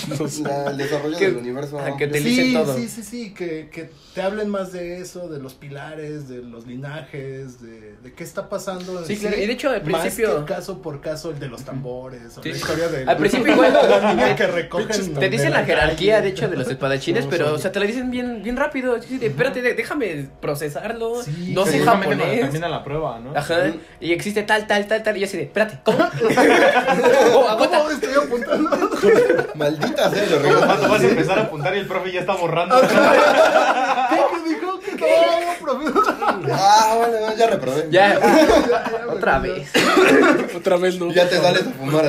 Speaker 3: La- el desarrollo
Speaker 2: Que-
Speaker 3: del universo.
Speaker 2: ah, que te-
Speaker 4: sí,
Speaker 2: dicen todo.
Speaker 4: Sí, sí, sí, que, que te hablen más de eso, de los pilares, de los linajes, de, de qué está pasando. en
Speaker 2: Sí, claro, y de hecho, al
Speaker 4: más
Speaker 2: principio-
Speaker 4: que caso por caso, el de los tambores, o
Speaker 2: Sí,
Speaker 4: la
Speaker 2: sí.
Speaker 4: historia de
Speaker 2: Al principio igual-
Speaker 4: la niña que recogen.
Speaker 2: Te dicen la jerarquía, de hecho, de los espadachines,
Speaker 4: No,
Speaker 2: pero,
Speaker 4: sí.
Speaker 2: o sea, te la dicen bien, bien rápido. Sí, sí, de, Espérate, de- déjame procesarlo.
Speaker 4: Sí,
Speaker 2: no sé
Speaker 4: sí,
Speaker 5: Precisamente cuando
Speaker 2: japonés.
Speaker 5: termina la prueba, ¿no?
Speaker 2: Ajá, y existe tal, tal, tal, tal, y yo así de, espérate, ¿cómo? Oh, aguanta.
Speaker 4: No, estoy apuntando.
Speaker 3: Maldita sea, lo
Speaker 5: Cuando
Speaker 3: regresó.
Speaker 5: vas a empezar a apuntar y el profe ya está borrando.
Speaker 4: ¿Qué me dijo? ¿Qué no, profe?
Speaker 3: Ah, bueno, no, ya reprobé.
Speaker 2: Ya, otra vez.
Speaker 1: Otra vez no.
Speaker 3: Ya te sales a fumar.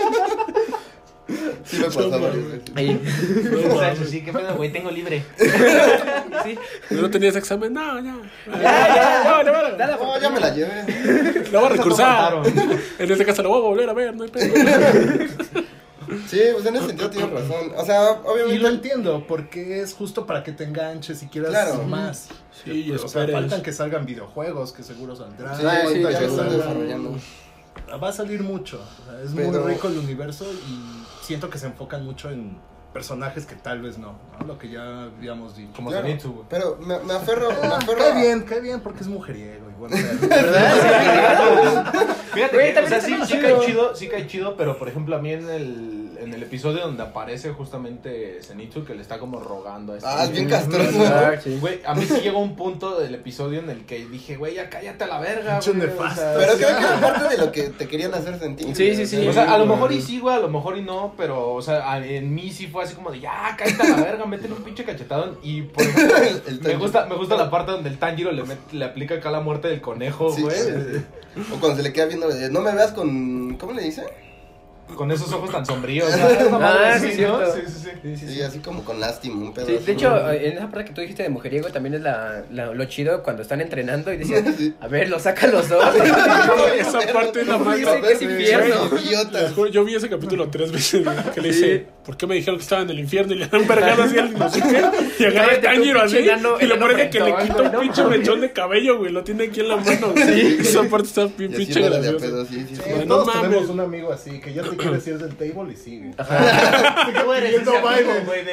Speaker 3: así. sí me pasó varias veces.
Speaker 2: Ahí.
Speaker 1: No, mames.
Speaker 5: sí, qué pedo, güey, tengo libre.
Speaker 2: Sí.
Speaker 1: ¿No tenías examen? No, ya.
Speaker 2: Ya, ya.
Speaker 1: No, no, no.
Speaker 2: Dale,
Speaker 3: No, ya me la llevé.
Speaker 1: Lo voy a recursar.
Speaker 5: mataron.
Speaker 1: En este caso lo voy a volver a ver, no hay pedo.
Speaker 3: Sí, pues en ese sentido tienes razón. O sea,
Speaker 4: Y lo
Speaker 3: obviamente.
Speaker 4: entiendo, porque es justo para que te enganches y quieras
Speaker 3: Claro.
Speaker 4: más.
Speaker 1: Sí, y
Speaker 4: o sea,
Speaker 1: esperes.
Speaker 4: faltan que pues, salgan videojuegos, que seguro saldrán.
Speaker 3: Sí,
Speaker 2: Ah, sí,
Speaker 3: ahorita
Speaker 2: ya
Speaker 3: ya
Speaker 2: lo
Speaker 3: están
Speaker 2: sabrán.
Speaker 3: desarrollando.
Speaker 4: Va a salir mucho. o sea, es
Speaker 3: Pero-
Speaker 4: muy rico el universo y siento que se enfocan mucho en personajes que tal vez no, ¿no? Lo que ya habíamos dicho.
Speaker 5: Como
Speaker 3: Claro.
Speaker 5: Zenitsu, güey.
Speaker 3: Pero me, me aferro, me
Speaker 4: Ah,
Speaker 3: aferro.
Speaker 4: qué
Speaker 3: a-
Speaker 4: bien, qué bien, porque es mujeriego. y bueno,
Speaker 5: Fíjate,
Speaker 2: Güey,
Speaker 5: que,
Speaker 2: también
Speaker 5: o sea,
Speaker 2: está
Speaker 5: sí,
Speaker 2: bien
Speaker 5: sí
Speaker 2: chido.
Speaker 5: cae chido, sí cae chido, pero por ejemplo a mí en el, en el episodio donde aparece justamente Zenitsu que le está como rogando a este
Speaker 3: Ah, es bien
Speaker 5: niño.
Speaker 3: castroso.
Speaker 5: Güey, a mí sí llegó un punto del episodio en el que dije, güey, ya cállate a la verga,
Speaker 4: Pinche
Speaker 5: güey. O sea,
Speaker 3: Pero creo que es parte de lo que te querían hacer sentir.
Speaker 2: Sí, sí, sí.
Speaker 5: o sea, a lo mejor y sí, güey, a lo mejor y no, pero, o sea, a- en mí sí fue así como de, ya, cállate a la verga, métele un pinche cachetadón. Y, por ejemplo,
Speaker 3: El- el
Speaker 5: me,
Speaker 3: Tanjiro.
Speaker 5: gusta, me gusta la parte donde el Tanjiro le, met- le aplica acá la muerte
Speaker 2: Oh,
Speaker 5: del conejo,
Speaker 3: Sí,
Speaker 5: güey.
Speaker 3: sí, sí. O cuando se le queda viendo, eh, no me veas con. ¿Cómo le dice?
Speaker 6: Con esos ojos tan sombríos. ¿sabes? Una madre
Speaker 2: Ah,
Speaker 6: así,
Speaker 2: sí,
Speaker 6: ¿no?
Speaker 2: cierto.
Speaker 6: Sí, sí, sí.
Speaker 2: Sí, sí, sí.
Speaker 3: Sí, así como con lástima, un pedo.
Speaker 2: Sí,
Speaker 3: así.
Speaker 2: de hecho, en esa parte que tú dijiste de mujeriego también es la, la- lo chido cuando están entrenando y dicen, a ver, lo saca los dos.
Speaker 1: Esa parte es la más...
Speaker 2: Dice que es infierno.
Speaker 3: Güey, idiota.
Speaker 1: Les juro, Yo vi ese capítulo tres veces güey, que le
Speaker 2: Sí.
Speaker 1: dice, ¿por qué me dijeron que estaba en el infierno? Y le dan vergado así al no sé qué. Y agarra el
Speaker 2: Cállate, tú,
Speaker 1: Tanjiro así.
Speaker 2: pinche enano-
Speaker 1: Y le
Speaker 2: enano
Speaker 1: parece que le
Speaker 2: frentón,
Speaker 1: quita un
Speaker 2: güey, no
Speaker 1: pinche
Speaker 2: mames.
Speaker 1: mechón de cabello, güey. Lo tiene aquí en la mano. güey. Esa parte está bien
Speaker 3: Y así
Speaker 1: pinche
Speaker 3: no era de a
Speaker 1: graciosa.
Speaker 3: pedo, sí, sí, sí.
Speaker 4: Sí,
Speaker 1: Bueno,
Speaker 4: todos
Speaker 1: no mames.
Speaker 4: tenemos un amigo así que ya te quiere decir del table y sigue.
Speaker 2: ¿Cómo eres
Speaker 4: Yo no
Speaker 2: ese amigo,
Speaker 4: bailo.
Speaker 2: güey, de-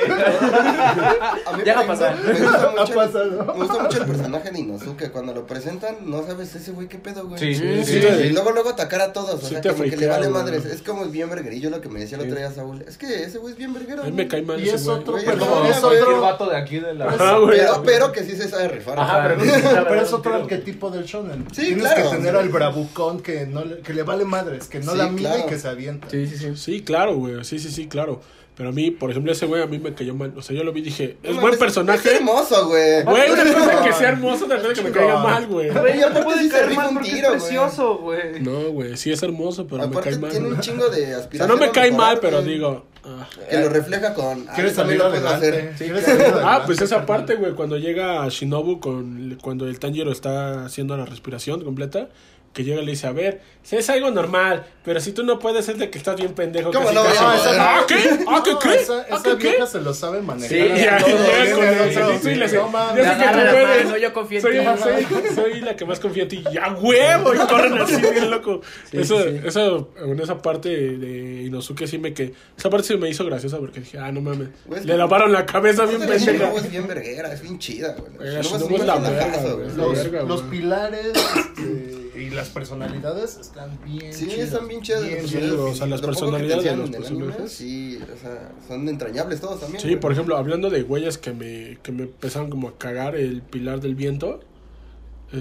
Speaker 3: A mí
Speaker 2: Ya va
Speaker 3: me
Speaker 2: a pasar.
Speaker 3: gusta- Me gusta
Speaker 4: Ha
Speaker 3: mucho,
Speaker 4: pasado.
Speaker 3: me gusta mucho el personaje de Inosuke. Cuando lo presentan, no sabes ese güey qué pedo, güey.
Speaker 6: Sí,
Speaker 1: Sí,
Speaker 6: sí,
Speaker 1: sí.
Speaker 6: sí.
Speaker 3: Y luego, luego atacar a todos, o
Speaker 1: Sí
Speaker 3: sea,
Speaker 1: te
Speaker 3: como que le
Speaker 1: friquea,
Speaker 3: vale
Speaker 1: güey.
Speaker 3: madres. Es como bien verguerillo lo que me decía el otro día Saúl. Es que ese güey es bien verguero.
Speaker 1: A mí me
Speaker 3: güey.
Speaker 1: cae mal
Speaker 4: Y
Speaker 1: ese
Speaker 4: es
Speaker 1: güey.
Speaker 4: otro
Speaker 3: güey.
Speaker 4: perdón,
Speaker 3: No,
Speaker 4: es
Speaker 3: güey,
Speaker 6: Cualquier
Speaker 4: otro.
Speaker 6: vato de aquí de la...
Speaker 1: Ajá, güey.
Speaker 3: Pero, pero que sí se sabe rifar.
Speaker 2: Ajá, pero-
Speaker 4: Pero es otro arquetipo del shonen.
Speaker 3: Sí,
Speaker 4: Tienes
Speaker 3: claro.
Speaker 4: que tener al bravucón que, no le, que le vale madres, que no
Speaker 3: Sí,
Speaker 4: la mira
Speaker 3: claro.
Speaker 4: y que se avienta.
Speaker 2: Sí, sí, sí.
Speaker 1: Sí, claro, güey. Sí, sí, sí, claro. Pero a mí, por ejemplo, ese güey a mí me cayó mal. O sea, yo lo vi y dije, es
Speaker 3: No mames,
Speaker 1: buen
Speaker 3: Es
Speaker 1: personaje.
Speaker 3: hermoso, güey.
Speaker 1: Güey, una cosa
Speaker 4: chingón.
Speaker 1: que sea hermoso, otra cosa que me caiga
Speaker 4: Chingón.
Speaker 1: mal, güey.
Speaker 3: Güey, aparte sí se
Speaker 5: caer
Speaker 3: rifa
Speaker 5: mal
Speaker 3: un
Speaker 5: porque
Speaker 3: tiro, güey.
Speaker 5: es precioso, güey.
Speaker 1: No, güey, sí es hermoso, pero
Speaker 3: Aparte
Speaker 1: me cae
Speaker 3: tiene
Speaker 1: mal.
Speaker 3: un
Speaker 1: güey.
Speaker 3: chingo de
Speaker 1: O sea,
Speaker 3: aspiración.
Speaker 1: no me cae
Speaker 3: a
Speaker 1: mal,
Speaker 3: mejorar,
Speaker 1: pero
Speaker 3: güey.
Speaker 1: digo. ah.
Speaker 3: Que lo refleja con. ah,
Speaker 4: ¿Quieres
Speaker 3: yo también
Speaker 4: salir
Speaker 3: lo puedo
Speaker 4: adelante?
Speaker 3: hacer.
Speaker 4: ¿Quieres salir adelante?
Speaker 1: Ah, pues esa parte, güey, cuando llega Shinobu con cuando el Tanjiro está haciendo la respiración completa, que llega y le dice, a ver, si es algo normal, pero si tú no puedes es de que estás bien pendejo.
Speaker 3: ¿Cómo
Speaker 1: casi,
Speaker 3: no voy a
Speaker 1: casi".
Speaker 3: poder?
Speaker 1: ah, ¿qué? ¿Ah, qué
Speaker 4: No,
Speaker 1: crees?
Speaker 4: Esa,
Speaker 1: ¿Ah,
Speaker 4: esa
Speaker 1: qué
Speaker 4: vieja
Speaker 1: crees?
Speaker 4: se lo sabe manejar.
Speaker 2: Sí,
Speaker 1: Y ya, ya,
Speaker 2: No, no,
Speaker 1: ya,
Speaker 2: no,
Speaker 1: con el
Speaker 2: no,
Speaker 1: angelito y le hace,
Speaker 4: no, mames.
Speaker 1: "Yo
Speaker 2: Me
Speaker 1: sé que
Speaker 2: agarra
Speaker 1: tú
Speaker 2: la
Speaker 1: puedes".
Speaker 2: mano, yo confío en
Speaker 1: Soy-
Speaker 2: ti, mamá.
Speaker 1: soy- Soy la que más confía en ti. ¡Ya, huevo! Y corren así bien loco.
Speaker 2: Sí,
Speaker 1: eso,
Speaker 2: sí, sí.
Speaker 1: eso, en esa parte de Inosuke sí me que... Esa parte sí me hizo graciosa porque dije, ah, no mames.
Speaker 3: Güey, es
Speaker 1: Le
Speaker 3: que-
Speaker 1: lavaron la cabeza bien
Speaker 3: Aparte, la
Speaker 1: pendeja.
Speaker 3: Shinobu es bien verguera, es bien chida, güey.
Speaker 1: Güey,
Speaker 3: La
Speaker 1: la
Speaker 3: Shinobu
Speaker 1: Shinobu es
Speaker 3: un
Speaker 1: la
Speaker 3: personajazo,
Speaker 1: verga,
Speaker 3: güey.
Speaker 1: güey.
Speaker 4: Los,
Speaker 1: Verga,
Speaker 4: los
Speaker 1: güey.
Speaker 4: pilares este, y las personalidades están bien
Speaker 3: Sí,
Speaker 4: chidas.
Speaker 3: están bien chidas.
Speaker 4: Bien
Speaker 3: los
Speaker 1: chidas.
Speaker 3: personajes.
Speaker 1: O sea, las
Speaker 3: Lo poco que
Speaker 1: personalidades de
Speaker 3: te
Speaker 1: los
Speaker 3: enseñan en el anime,
Speaker 1: personajes.
Speaker 3: Sí, o sea, son entrañables todos también.
Speaker 1: Sí,
Speaker 3: güey.
Speaker 1: por ejemplo, hablando de huellas que me, que me empezaron como a cagar el pilar del viento.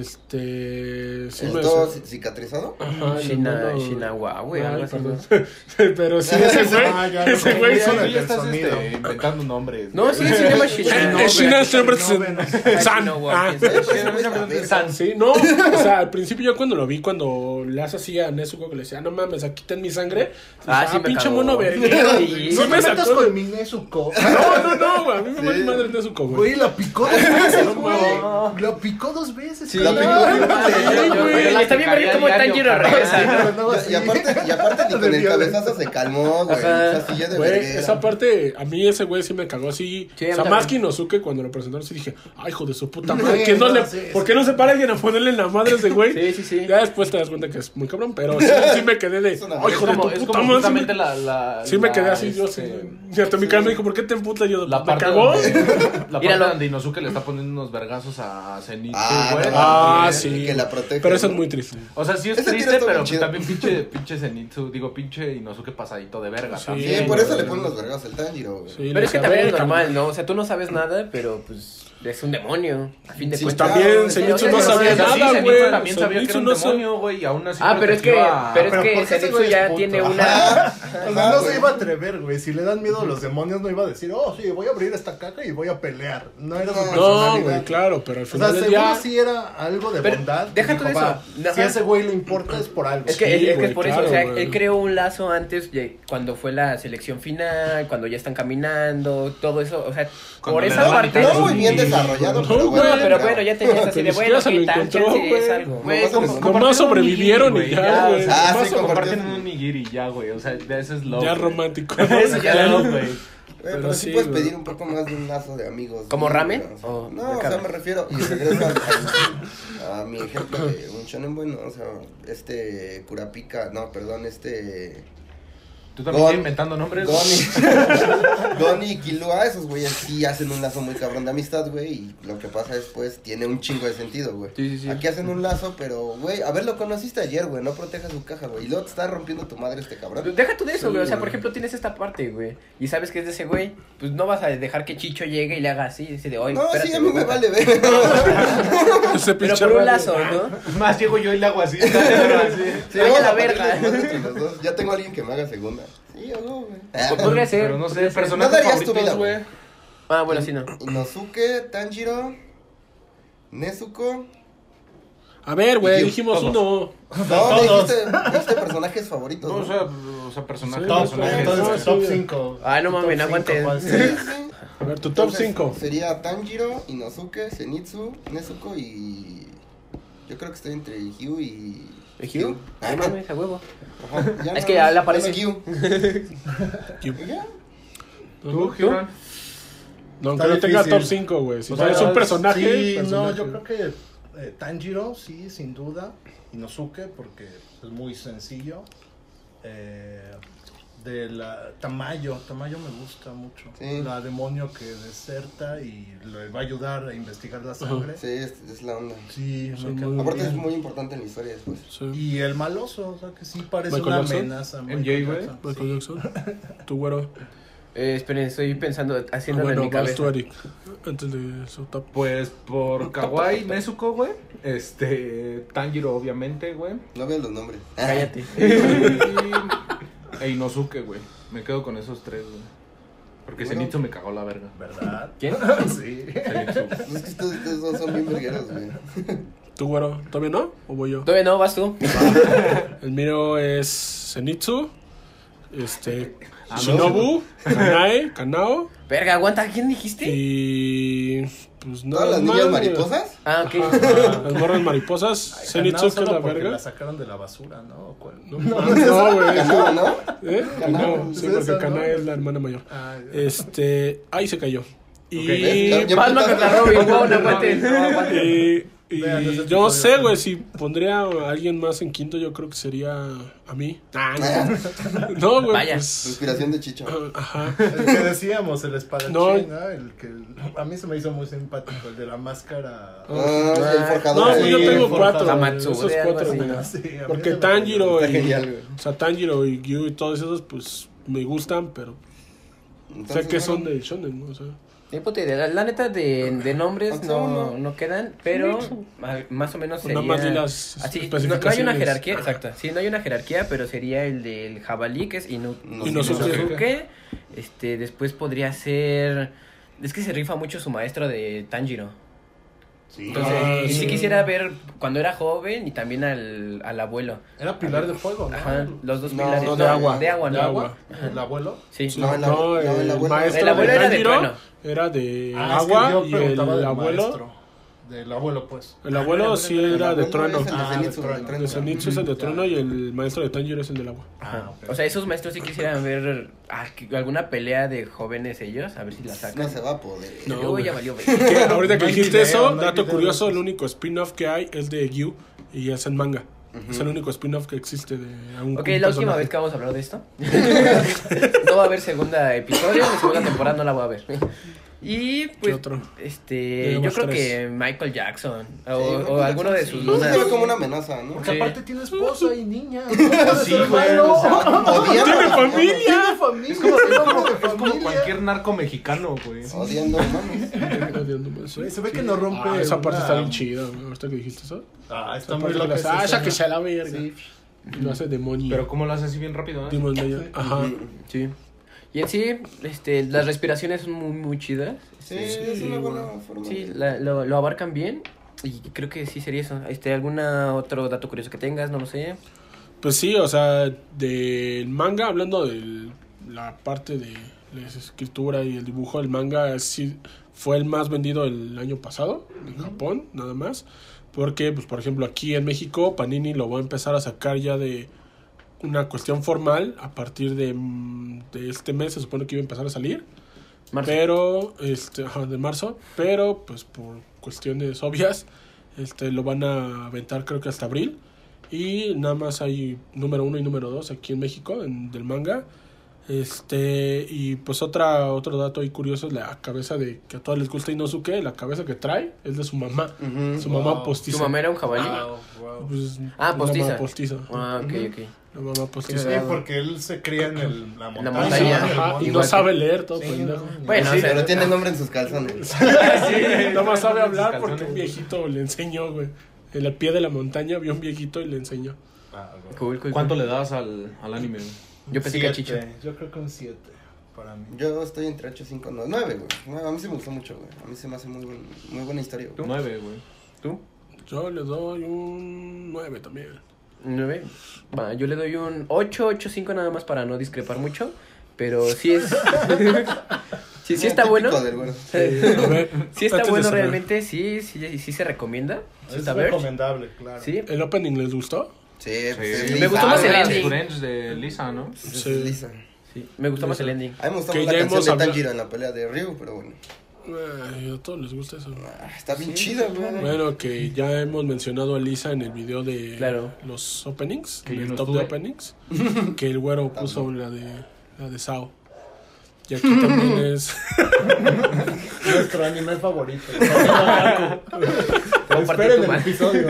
Speaker 1: Este. Sí,
Speaker 3: ¿El
Speaker 1: me.
Speaker 3: todo ci- cicatrizado?
Speaker 1: Ajá, el
Speaker 2: Shina,
Speaker 1: hermano-
Speaker 2: Shinawa, güey,
Speaker 1: Ay,
Speaker 2: algo así.
Speaker 1: perdón. Pero sí, ese güey.
Speaker 4: Ah, ya,
Speaker 1: ese
Speaker 4: no,
Speaker 1: güey
Speaker 4: ya,
Speaker 1: sí.
Speaker 4: ya,
Speaker 5: Tú
Speaker 4: el
Speaker 5: ya estás
Speaker 4: sonido.
Speaker 5: este, inventando nombres.
Speaker 2: No, sí, se llama Shinawa.
Speaker 1: Eh, Shina es nombre
Speaker 4: no, güey, no
Speaker 1: San. San.
Speaker 2: Shinawa,
Speaker 1: Ah.
Speaker 2: quién sabe.
Speaker 3: Ese güey pues, es la verga.
Speaker 1: San, sí, no. O sea, al principio yo cuando lo vi, cuando le hace así a Nezuko, que le decía, no mames, aquí ten mi sangre.
Speaker 2: Ah,
Speaker 1: dije,
Speaker 2: sí me
Speaker 1: pinche
Speaker 2: cagó.
Speaker 1: mono verguero.
Speaker 2: Sí.
Speaker 1: Sí,
Speaker 4: No te
Speaker 1: me
Speaker 4: metas
Speaker 1: sacó.
Speaker 4: con mi Nezuko.
Speaker 1: No, no, no, güey. A mí me vale madre Nezuko, güey.
Speaker 4: Güey, la picó dos veces, güey.
Speaker 1: No.
Speaker 4: La picó dos veces.
Speaker 3: La
Speaker 4: cabrón.
Speaker 3: picó.
Speaker 2: Pero Está bien ver cómo Tanjiro regresa, ¿no?
Speaker 4: Pero no,
Speaker 3: Y, y aparte, y aparte ni con el
Speaker 4: Debió de-
Speaker 3: cabezazo se calmó, güey. O
Speaker 2: Ajá.
Speaker 3: sea, sí, ya de
Speaker 1: Güey,
Speaker 3: verguera.
Speaker 1: esa parte, a mí ese güey sí me cagó así.
Speaker 2: Sí, a mí
Speaker 1: o sea,
Speaker 2: también.
Speaker 1: más que Inosuke cuando lo presentaron, sí dije, ay, hijo de su puta
Speaker 4: Sí,
Speaker 1: madre. ¿qué no
Speaker 4: no,
Speaker 1: le-
Speaker 4: sí, sí.
Speaker 1: ¿Por qué no se para alguien a ponerle en la madre a ese güey?
Speaker 2: Sí, sí, sí.
Speaker 1: Ya después te das cuenta que es muy cabrón, pero sí, sí me quedé de,
Speaker 3: Es una-
Speaker 1: ay,
Speaker 5: Es
Speaker 1: hijo de
Speaker 5: como,
Speaker 1: tu
Speaker 5: es
Speaker 1: puta
Speaker 5: como
Speaker 1: madre. sí me-
Speaker 5: justamente la, la.
Speaker 1: Sí me quedé
Speaker 5: la,
Speaker 1: así, yo
Speaker 5: este,
Speaker 1: sí. Y hasta mi cara me dijo, ¿por qué te emputas? Y Yo,
Speaker 5: La
Speaker 1: ¿me
Speaker 5: parte,
Speaker 1: cagó?
Speaker 5: donde, la parte
Speaker 2: Míralo.
Speaker 5: donde Inosuke le está poniendo unos vergazos a Zenitsu,
Speaker 3: Ah,
Speaker 5: güey.
Speaker 3: no,
Speaker 1: Ah,
Speaker 3: que-
Speaker 1: sí.
Speaker 3: que la protege,
Speaker 1: Pero eso
Speaker 3: ¿no?
Speaker 1: es muy triste.
Speaker 5: O sea, sí es
Speaker 3: Ese tiro
Speaker 5: triste,
Speaker 3: está
Speaker 5: pero
Speaker 3: bien chido.
Speaker 5: también pinche, pinche Zenitsu, digo, pinche Inosuke pasadito de verga
Speaker 1: Sí,
Speaker 5: también.
Speaker 3: Sí, por eso
Speaker 1: güey.
Speaker 3: le ponen los vergados al Tanjiro, güey.
Speaker 1: Sí,
Speaker 2: Pero es que
Speaker 1: a
Speaker 2: también
Speaker 1: ver,
Speaker 2: es normal, ¿no? O sea, tú no sabes nada, pero pues es un demonio, a fin de
Speaker 3: Sí,
Speaker 1: Pues
Speaker 2: cuentas.
Speaker 1: también,
Speaker 3: Claro,
Speaker 1: Zenitsu
Speaker 2: sí,
Speaker 1: no
Speaker 2: sí,
Speaker 1: sabía
Speaker 2: sí, sí,
Speaker 1: nada,
Speaker 5: Zenitsu
Speaker 1: güey.
Speaker 5: también sabía que era
Speaker 1: Zenitsu
Speaker 5: un
Speaker 1: no sabía.
Speaker 5: demonio, güey, y aún así.
Speaker 2: Ah, pero es que,
Speaker 5: protegió a-
Speaker 2: pero
Speaker 4: Pero
Speaker 2: es
Speaker 4: ¿por
Speaker 2: que
Speaker 4: qué ese
Speaker 2: Zenitsu
Speaker 4: güey es
Speaker 2: ya
Speaker 4: puto?
Speaker 2: tiene una...
Speaker 3: Ajá.
Speaker 4: O sea, no
Speaker 3: güey.
Speaker 4: se iba a atrever, güey. Si le dan miedo los demonios, no iba a decir, oh, sí, voy a abrir esta caca y voy a pelear. No era su
Speaker 1: No,
Speaker 4: personalidad.
Speaker 1: güey, claro, pero al
Speaker 4: O sea,
Speaker 1: final del
Speaker 4: seguro
Speaker 1: día...
Speaker 4: sí era algo de
Speaker 2: Pero
Speaker 4: bondad.
Speaker 2: deja
Speaker 4: Dijo,
Speaker 2: tú eso.
Speaker 4: "Va,
Speaker 2: Ajá.
Speaker 4: Si a ese güey le importa es por algo.
Speaker 2: Es que,
Speaker 1: Sí,
Speaker 2: es que
Speaker 1: güey,
Speaker 2: por eso,
Speaker 1: claro,
Speaker 2: o sea,
Speaker 1: güey.
Speaker 2: él creó un lazo antes de cuando fue la selección final, cuando ya están caminando, todo eso, o sea,
Speaker 5: Cuando
Speaker 2: por
Speaker 5: le
Speaker 2: esa
Speaker 5: dan
Speaker 2: parte...
Speaker 3: No muy bien desarrollado,
Speaker 1: No,
Speaker 3: pero
Speaker 2: No,
Speaker 3: bueno.
Speaker 2: pero
Speaker 3: no.
Speaker 2: bueno, ya tenías así
Speaker 1: Pero
Speaker 2: de
Speaker 1: ni siquiera
Speaker 2: bueno,
Speaker 1: se lo
Speaker 2: ¿qué tal?
Speaker 1: encontró,
Speaker 2: Chance es
Speaker 1: güey.
Speaker 2: algo.
Speaker 5: Güey,
Speaker 3: Nomás
Speaker 5: com-
Speaker 3: se les-
Speaker 5: compartieron
Speaker 1: Nomás sobrevivieron
Speaker 5: un nigiri,
Speaker 1: y ya, güey.
Speaker 5: o sea,
Speaker 3: Ah,
Speaker 5: nomás
Speaker 3: sí,
Speaker 5: compartieron
Speaker 3: compartieron.
Speaker 5: un nigiri, ya, güey. O sea, de ese es lo.
Speaker 1: Ya romántico.
Speaker 5: Eso ya es love, güey.
Speaker 3: Güey,
Speaker 1: Pero
Speaker 3: pero sí
Speaker 1: sí,
Speaker 3: puedes
Speaker 1: güey.
Speaker 3: pedir un poco más de un lazo de amigos.
Speaker 2: ¿Como
Speaker 3: ¿no?
Speaker 2: ramen?
Speaker 3: O sea,
Speaker 2: ¿O
Speaker 3: no, o
Speaker 2: carne?
Speaker 3: sea, me refiero. Y regreso al- al- a mi ejemplo de un shonen bueno. O sea, este Kurapika. No, perdón, este.
Speaker 5: Tú también
Speaker 3: Gon-
Speaker 5: estás inventando nombres.
Speaker 3: Goni. Goni y Kilua. Esos güeyes sí hacen un lazo muy cabrón de amistad, güey. Y lo que pasa después tiene un chingo de sentido, güey.
Speaker 2: Sí, sí, sí.
Speaker 3: Aquí hacen un lazo, pero, güey, a ver, lo conociste ayer, güey. No protejas su caja, güey. Y luego te está rompiendo tu madre este cabrón.
Speaker 2: Deja tú de eso,
Speaker 1: Sí,
Speaker 2: güey. O sea,
Speaker 1: güey.
Speaker 2: por ejemplo, tienes esta parte, güey. Y sabes que es de ese güey. Pues no vas a dejar que Chicho llegue y le haga así. y Dice de hoy.
Speaker 3: No, sí, a mí me vale ver.
Speaker 1: Ese
Speaker 2: Pero
Speaker 1: pinche
Speaker 2: por
Speaker 1: radio.
Speaker 2: un lazo, ¿no?
Speaker 5: Más llego yo y le hago así. pero así.
Speaker 3: Sí,
Speaker 2: Vaya
Speaker 3: vamos
Speaker 2: la
Speaker 3: a ponerle
Speaker 2: verga.
Speaker 3: desmadre entre los dos. Ya tengo a alguien que me haga segunda. Ah, Sí, o no, güey.
Speaker 2: Pues Podría ser.
Speaker 5: Pero no sé,
Speaker 2: podría ser.
Speaker 5: personajes
Speaker 3: No darías tu
Speaker 5: favoritos,
Speaker 3: vida,
Speaker 5: güey.
Speaker 2: Ah, bueno, sí, no.
Speaker 3: Inosuke, Tanjiro, Nezuko.
Speaker 1: A ver, güey,
Speaker 3: Y you,
Speaker 1: dijimos
Speaker 5: todos.
Speaker 1: uno.
Speaker 3: No, me
Speaker 4: Todos.
Speaker 3: dijiste, dijiste personajes favoritos.
Speaker 5: No,
Speaker 3: ¿no?
Speaker 5: o sea, o sea personaje,
Speaker 1: Sí,
Speaker 4: Top,
Speaker 5: personaje.
Speaker 1: no, pues,
Speaker 4: entonces,
Speaker 1: sí.
Speaker 4: top 5.
Speaker 2: Ay, no mames, aguanten.
Speaker 3: Sí, sí.
Speaker 1: A ver, tu top
Speaker 3: Entonces,
Speaker 1: 5.
Speaker 3: Sería Tanjiro, Inosuke, Zenitsu, Nezuko y. Yo creo que estoy entre Hyu y. Ah,
Speaker 2: ¿Hugh? No mames, a huevo.
Speaker 3: Ajá, ya
Speaker 2: Es
Speaker 3: no
Speaker 2: que
Speaker 3: es-
Speaker 2: ya le aparece.
Speaker 3: es Hugh. Y ya.
Speaker 5: ¿Tú, Gibran?
Speaker 1: No, aunque
Speaker 4: Está
Speaker 1: no tenga
Speaker 4: difícil.
Speaker 1: top 5, güey. Si
Speaker 4: O
Speaker 1: es
Speaker 4: sea,
Speaker 1: un personaje.
Speaker 4: Sí,
Speaker 1: personaje.
Speaker 4: no, yo creo que eh, Tanjiro, sí, sin duda. Inosuke, porque es muy sencillo. Eh, de la Tamayo, Tamayo me gusta mucho.
Speaker 3: Sí.
Speaker 4: La demonio que deserta y le va a ayudar a investigar la sangre.
Speaker 3: Sí, es, es la onda.
Speaker 4: Sí,
Speaker 1: Sí,
Speaker 4: me
Speaker 1: muy
Speaker 4: quedo
Speaker 1: bien.
Speaker 3: Aparte, es
Speaker 4: bien.
Speaker 3: muy importante en la historia después.
Speaker 1: Sí.
Speaker 4: Y el maloso, o sea, que sí parece
Speaker 1: Michael
Speaker 4: una
Speaker 1: Jackson.
Speaker 4: amenaza.
Speaker 5: MJ,
Speaker 4: Michael
Speaker 5: güey.
Speaker 4: Jackson,
Speaker 1: Michael
Speaker 4: sí.
Speaker 1: Jackson. Tu güero.
Speaker 2: Eh, esperen, estoy pensando,
Speaker 1: Ah,
Speaker 2: haciéndolo en
Speaker 1: bueno,
Speaker 2: mi
Speaker 1: vas tú,
Speaker 2: cabeza.
Speaker 1: Eric. Antes de su top.
Speaker 5: Pues por Kawaii, Nezuko, güey. Este, Tanjiro, obviamente, güey.
Speaker 3: No vean los nombres.
Speaker 2: Cállate.
Speaker 5: Y, e Inosuke, güey. Me quedo con esos tres, güey. Porque
Speaker 3: Bueno.
Speaker 5: Zenitsu me cagó la verga.
Speaker 4: ¿Verdad?
Speaker 2: ¿Quién?
Speaker 4: Sí.
Speaker 5: Zenitsu, güey.
Speaker 3: Es que ustedes, ustedes dos son bien vergueros, güey.
Speaker 1: ¿Tu güero? ¿Todavía no? ¿O voy yo?
Speaker 2: Todavía no, vas tú.
Speaker 1: El mío es Zenitsu. Este.
Speaker 5: Ah, no.
Speaker 1: Shinobu. Kanae. Kanao.
Speaker 2: Verga, aguanta, ¿quién dijiste?
Speaker 1: Y. Pues nada.
Speaker 3: ¿Todas las
Speaker 1: más,
Speaker 3: niñas
Speaker 1: güey.
Speaker 3: mariposas?
Speaker 2: Ah, ok.
Speaker 1: Las morras mariposas.
Speaker 4: Ay,
Speaker 1: Zenitsu,
Speaker 4: Hanao
Speaker 1: que es
Speaker 4: solo
Speaker 1: la
Speaker 4: porque
Speaker 1: verga.
Speaker 4: La sacaron de la basura, ¿no? ¿O cuál?
Speaker 1: No, no, güey.
Speaker 3: Ganaba, ¿no?
Speaker 1: ¿Eh?
Speaker 3: Kanao,
Speaker 1: No, sí,
Speaker 4: es
Speaker 1: porque
Speaker 4: esa,
Speaker 1: Kanae
Speaker 4: ¿no?
Speaker 1: es la hermana mayor.
Speaker 4: Ah, ya.
Speaker 1: Este. Ahí se cayó. Y.
Speaker 3: ¿Ves? Ya- ya
Speaker 2: Batman
Speaker 3: empezaste.
Speaker 2: contra Robin, wow, no aguanten. No, aguanten.
Speaker 1: Y, y
Speaker 4: Vean, ese
Speaker 1: yo no
Speaker 4: episodio
Speaker 1: sé, güey,
Speaker 4: también.
Speaker 1: si pondría a alguien más en quinto, yo creo que sería a mí. Ah, no, güey.
Speaker 2: Vaya.
Speaker 1: pues,
Speaker 3: Inspiración de Chicho.
Speaker 1: ajá.
Speaker 4: El que decíamos, el espadachín,
Speaker 1: No.
Speaker 4: ¿no? El que a mí se me hizo muy simpático, el de la máscara.
Speaker 3: Ah, el
Speaker 1: No,
Speaker 3: forjador.
Speaker 1: pues
Speaker 3: ahí.
Speaker 1: yo tengo
Speaker 4: por
Speaker 1: cuatro.
Speaker 4: favor.
Speaker 1: güey, Esos
Speaker 2: Tamatsu,
Speaker 1: cuatro,
Speaker 2: algo así,
Speaker 1: güey.
Speaker 2: ¿no?
Speaker 4: Sí, a mí
Speaker 1: Porque
Speaker 4: se me-
Speaker 1: Tanjiro
Speaker 3: Está
Speaker 1: y.
Speaker 3: genial, güey.
Speaker 1: O sea, Tanjiro y Gyu y todos esos, pues me gustan, pero
Speaker 3: Entonces,
Speaker 1: sé que son
Speaker 3: bueno,
Speaker 1: de Shonen, ¿no? O sea,
Speaker 2: Ni puta idea. La, la neta de, de nombres no,
Speaker 3: Uno.
Speaker 2: no quedan, pero mal- más o menos
Speaker 1: Pues nada
Speaker 2: sería...
Speaker 1: más di las
Speaker 2: así, no- no, hay una
Speaker 1: especificaciones.
Speaker 2: jerarquía, exacto. Sí, no hay una jerarquía, pero sería el del jabalí, que es Inu-
Speaker 3: No,
Speaker 1: Inosuke.
Speaker 2: Inosuke. Este, después podría ser... Es que se rifa mucho su maestro de Tanjiro.
Speaker 4: Sí.
Speaker 2: Entonces,
Speaker 1: Ah,
Speaker 2: y
Speaker 1: sí.
Speaker 2: si quisiera ver cuando era joven y también al, al abuelo.
Speaker 4: Era pilar de fuego, ¿no?
Speaker 2: Ajá, los dos
Speaker 3: No,
Speaker 2: pilares.
Speaker 3: no,
Speaker 1: de agua.
Speaker 2: De agua,
Speaker 4: ¿De
Speaker 2: ¿no?
Speaker 4: agua? ¿El abuelo?
Speaker 2: Sí.
Speaker 1: No,
Speaker 3: No, el abu- no, el
Speaker 1: el,
Speaker 3: abuelo.
Speaker 1: maestro
Speaker 2: El abuelo
Speaker 1: de
Speaker 2: era de
Speaker 1: Tanjiro
Speaker 2: trueno.
Speaker 1: era de
Speaker 4: Ah, es que
Speaker 1: agua
Speaker 4: yo
Speaker 1: y el
Speaker 4: preguntaba del
Speaker 1: abuelo.
Speaker 4: maestro, Del abuelo, pues.
Speaker 1: El abuelo sí era de
Speaker 3: abuelo
Speaker 1: trueno.
Speaker 3: es el de
Speaker 4: Ah,
Speaker 3: Zenitsu, el
Speaker 4: de
Speaker 3: de
Speaker 4: trueno.
Speaker 1: El
Speaker 3: trueno.
Speaker 1: de Zenitsu es el de
Speaker 4: Ya.
Speaker 1: trueno y el maestro de Tanjiro es el del agua.
Speaker 2: Ajá.
Speaker 4: Ah, ok.
Speaker 2: O sea, esos maestros sí quisieran ver ah, que- alguna pelea de jóvenes ellos, a ver si la sacan.
Speaker 3: No se va a poder.
Speaker 1: No,
Speaker 2: Luego
Speaker 1: güey.
Speaker 2: ya valió güey.
Speaker 1: Que ahorita que
Speaker 4: No hay
Speaker 1: dijiste
Speaker 4: video,
Speaker 1: eso,
Speaker 4: no hay
Speaker 1: dato
Speaker 4: video
Speaker 1: curioso,
Speaker 4: de
Speaker 1: el
Speaker 4: eso.
Speaker 1: único spin-off que hay es de Gyu y es en manga. Es el único spin-off que existe de un
Speaker 2: Ok,
Speaker 1: un
Speaker 2: la última
Speaker 1: personaje.
Speaker 2: vez que vamos a hablar de esto. no va a haber segunda episodio, la segunda temporada no la voy a ver. Y pues,
Speaker 1: otro?
Speaker 2: este, yo
Speaker 1: Llevamos
Speaker 2: creo
Speaker 1: tres.
Speaker 2: que Michael Jackson o,
Speaker 3: Sí,
Speaker 2: o
Speaker 3: Michael
Speaker 2: alguno de
Speaker 3: Jackson,
Speaker 2: sus
Speaker 3: sí. No se
Speaker 2: lunas.
Speaker 3: ve como una amenaza, ¿no?
Speaker 4: Porque
Speaker 2: Sí.
Speaker 4: aparte tiene esposa y niña. Sí, güey.
Speaker 5: o sea,
Speaker 3: Odiando
Speaker 1: ¡Tiene
Speaker 3: a los
Speaker 1: familia!
Speaker 4: Tiene familia.
Speaker 5: es como, es como-
Speaker 4: tiene
Speaker 5: es como
Speaker 4: familia.
Speaker 5: cualquier narco mexicano, güey.
Speaker 3: humanos, Odiando a los humanos.
Speaker 4: Güey, se ve que no rompe
Speaker 1: Ah, esa parte
Speaker 4: una-
Speaker 1: está bien chida, güey. Ahorita que dijiste eso.
Speaker 4: Ah, está
Speaker 1: Esa
Speaker 4: muy
Speaker 1: parte que
Speaker 4: loca.
Speaker 1: la-
Speaker 4: esa
Speaker 1: Ah, esa que
Speaker 4: escena.
Speaker 1: se la verga. Y Lo hace demonio.
Speaker 5: Pero cómo lo hace así bien rápido, ¿eh?
Speaker 1: Demon Slayer. Ajá.
Speaker 2: Sí. Y en sí, este, las respiraciones son muy, muy chidas. Este,
Speaker 3: Sí, es una buena forma.
Speaker 2: Sí,
Speaker 3: de-
Speaker 2: la- lo, lo abarcan bien. Y creo que sí sería eso. Este, ¿Alguna otro dato curioso que tengas? No lo sé.
Speaker 1: Pues sí, o sea, del manga, hablando de la parte de la escritura y el dibujo del manga, sí fue el más vendido el año pasado en Japón, nada más. Porque, pues, por ejemplo, aquí en México, Panini lo va a empezar a sacar ya de una cuestión formal a partir de, mm, de este mes, se supone que iba a empezar a salir.
Speaker 2: Marzo.
Speaker 1: Pero, este, ajá, de marzo, pero pues por cuestiones obvias, este, lo van a aventar creo que hasta abril. Y nada más hay número uno y número dos aquí en México, en- del manga. Este, y pues otra, otro dato ahí curioso es la cabeza de que a todos les gusta Inosuke, la cabeza que trae es de su mamá,
Speaker 3: Ujú.
Speaker 1: su mamá
Speaker 4: Wow.
Speaker 1: postiza.
Speaker 2: ¿Tu mamá era un jabalí?
Speaker 4: Wow, wow.
Speaker 1: Pues,
Speaker 2: Ah,
Speaker 1: una
Speaker 2: postiza.
Speaker 1: mamá postiza.
Speaker 2: Ah, ok, ok.
Speaker 1: La mamá
Speaker 4: Sí,
Speaker 1: postiza.
Speaker 2: Sí,
Speaker 4: porque él se cría en el- la montaña.
Speaker 1: Ajá,
Speaker 2: montaña.
Speaker 4: en el
Speaker 1: ajá,
Speaker 4: monte.
Speaker 1: y no
Speaker 2: Igual que-
Speaker 1: sabe leer todo pues,
Speaker 4: Sí,
Speaker 1: pendejo.
Speaker 4: no, ni-
Speaker 2: Bueno,
Speaker 3: Sí,
Speaker 2: o sea,
Speaker 3: pero tiene nombre en sus calzones.
Speaker 1: Nada más sabe hablar porque
Speaker 5: calzones.
Speaker 1: un viejito le enseñó, güey. En el pie de la montaña vio un viejito y le enseñó.
Speaker 4: Ah, güey.
Speaker 2: cool, cool,
Speaker 5: ¿Cuánto
Speaker 2: cool.
Speaker 5: le dabas al, al anime? güey?
Speaker 2: Yo pensé que a Chicho.
Speaker 4: Siete. Yo creo que un 7 para mí.
Speaker 3: Yo estoy entre 8, 5, 9, güey. No, a mí se me gustó mucho, güey. A mí se me hace muy, buen- muy buena historia, güey.
Speaker 5: Nueve, güey.
Speaker 2: ¿Tú?
Speaker 1: Yo le doy un 9 también.
Speaker 2: 9. Va, yo le doy un 8, 8, 5 nada más para no discrepar mucho. Pero sí es. sí, sí
Speaker 3: Muy
Speaker 2: está
Speaker 3: típico
Speaker 2: bueno.
Speaker 3: del güero.
Speaker 1: A ver,
Speaker 2: Sí está
Speaker 1: antes de
Speaker 2: bueno
Speaker 1: cerrar,
Speaker 2: realmente. Sí, sí, sí se recomienda. Sí
Speaker 4: Es
Speaker 2: está Verge.
Speaker 4: recomendable, claro.
Speaker 2: Sí.
Speaker 1: ¿El opening les gustó?
Speaker 3: Sí, pues,
Speaker 5: Sí.
Speaker 3: es
Speaker 2: Me gustó más el
Speaker 3: Lisa.
Speaker 2: ending.
Speaker 5: Strange de Lisa, ¿no?
Speaker 3: Es
Speaker 1: Sí.
Speaker 3: Lisa.
Speaker 2: sí. Me gustó más el ending.
Speaker 3: A mí me gustó
Speaker 1: Que
Speaker 3: más la
Speaker 1: ya hemos
Speaker 3: canción de
Speaker 1: hablado-
Speaker 3: Tanjiro en la pelea de Ryu, pero bueno.
Speaker 1: Ay, a todos les gusta eso.
Speaker 3: Ah, Está bien chida, güey.
Speaker 1: Bueno, que ya hemos mencionado a Lisa en el video de
Speaker 2: Claro.
Speaker 1: los openings,
Speaker 5: Que
Speaker 1: en
Speaker 5: yo
Speaker 1: el
Speaker 5: no
Speaker 1: top de
Speaker 5: estuve.
Speaker 1: openings, que el güero puso la de, la de Sao. Y aquí también es...
Speaker 4: Nuestro anime favorito. Esperen el
Speaker 2: mano.
Speaker 4: episodio.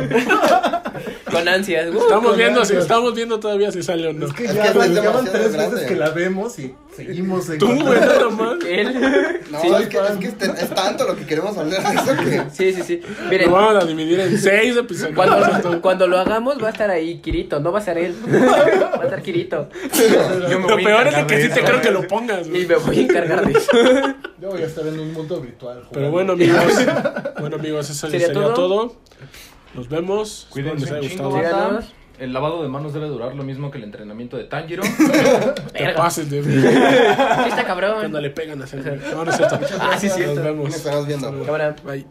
Speaker 2: Con ansias. Uh,
Speaker 1: Estamos
Speaker 4: con
Speaker 1: viendo, si,
Speaker 4: ganas.
Speaker 1: estamos viendo todavía si sale o no.
Speaker 4: Es que
Speaker 3: Es
Speaker 4: ya
Speaker 3: que es
Speaker 4: la
Speaker 3: demasiado
Speaker 4: llevan tres
Speaker 3: grande.
Speaker 4: veces que la vemos y seguimos en
Speaker 1: Tú, güey, nada más.
Speaker 2: él.
Speaker 3: No,
Speaker 2: Sí.
Speaker 3: es que, es, que este- es tanto lo que queremos hablar de eso que.
Speaker 2: Sí, sí, sí. Miren,
Speaker 1: Lo vamos a dividir en seis episodios.
Speaker 2: cuando, cuando lo hagamos va a estar ahí Kirito, no va a ser él. Va a estar Kirito.
Speaker 1: Lo peor es de que sí te creo que lo pongas.
Speaker 2: Y
Speaker 1: güey.
Speaker 2: me voy a encargar de eso.
Speaker 4: Yo voy a estar en un mundo virtual. jugando.
Speaker 1: Pero bueno, amigos. Bueno, amigos, eso ya
Speaker 2: ¿Sería
Speaker 1: sería
Speaker 2: todo?
Speaker 1: todo. Nos vemos. Espero les
Speaker 5: Cuídense
Speaker 1: haya
Speaker 5: un chingo,
Speaker 1: gustado.
Speaker 5: banda.
Speaker 2: Síganos.
Speaker 5: El lavado de manos debe durar lo mismo que el entrenamiento de Tanjiro.
Speaker 1: Te
Speaker 2: Verga,
Speaker 1: pases de...
Speaker 2: sí está cabrón.
Speaker 1: Cuando le pegan a César. No, no es cierto.
Speaker 2: Ah, sí,
Speaker 1: Nos
Speaker 2: cierto.
Speaker 1: vemos.
Speaker 3: Nos estamos viendo.
Speaker 2: Cámara.
Speaker 1: Bye.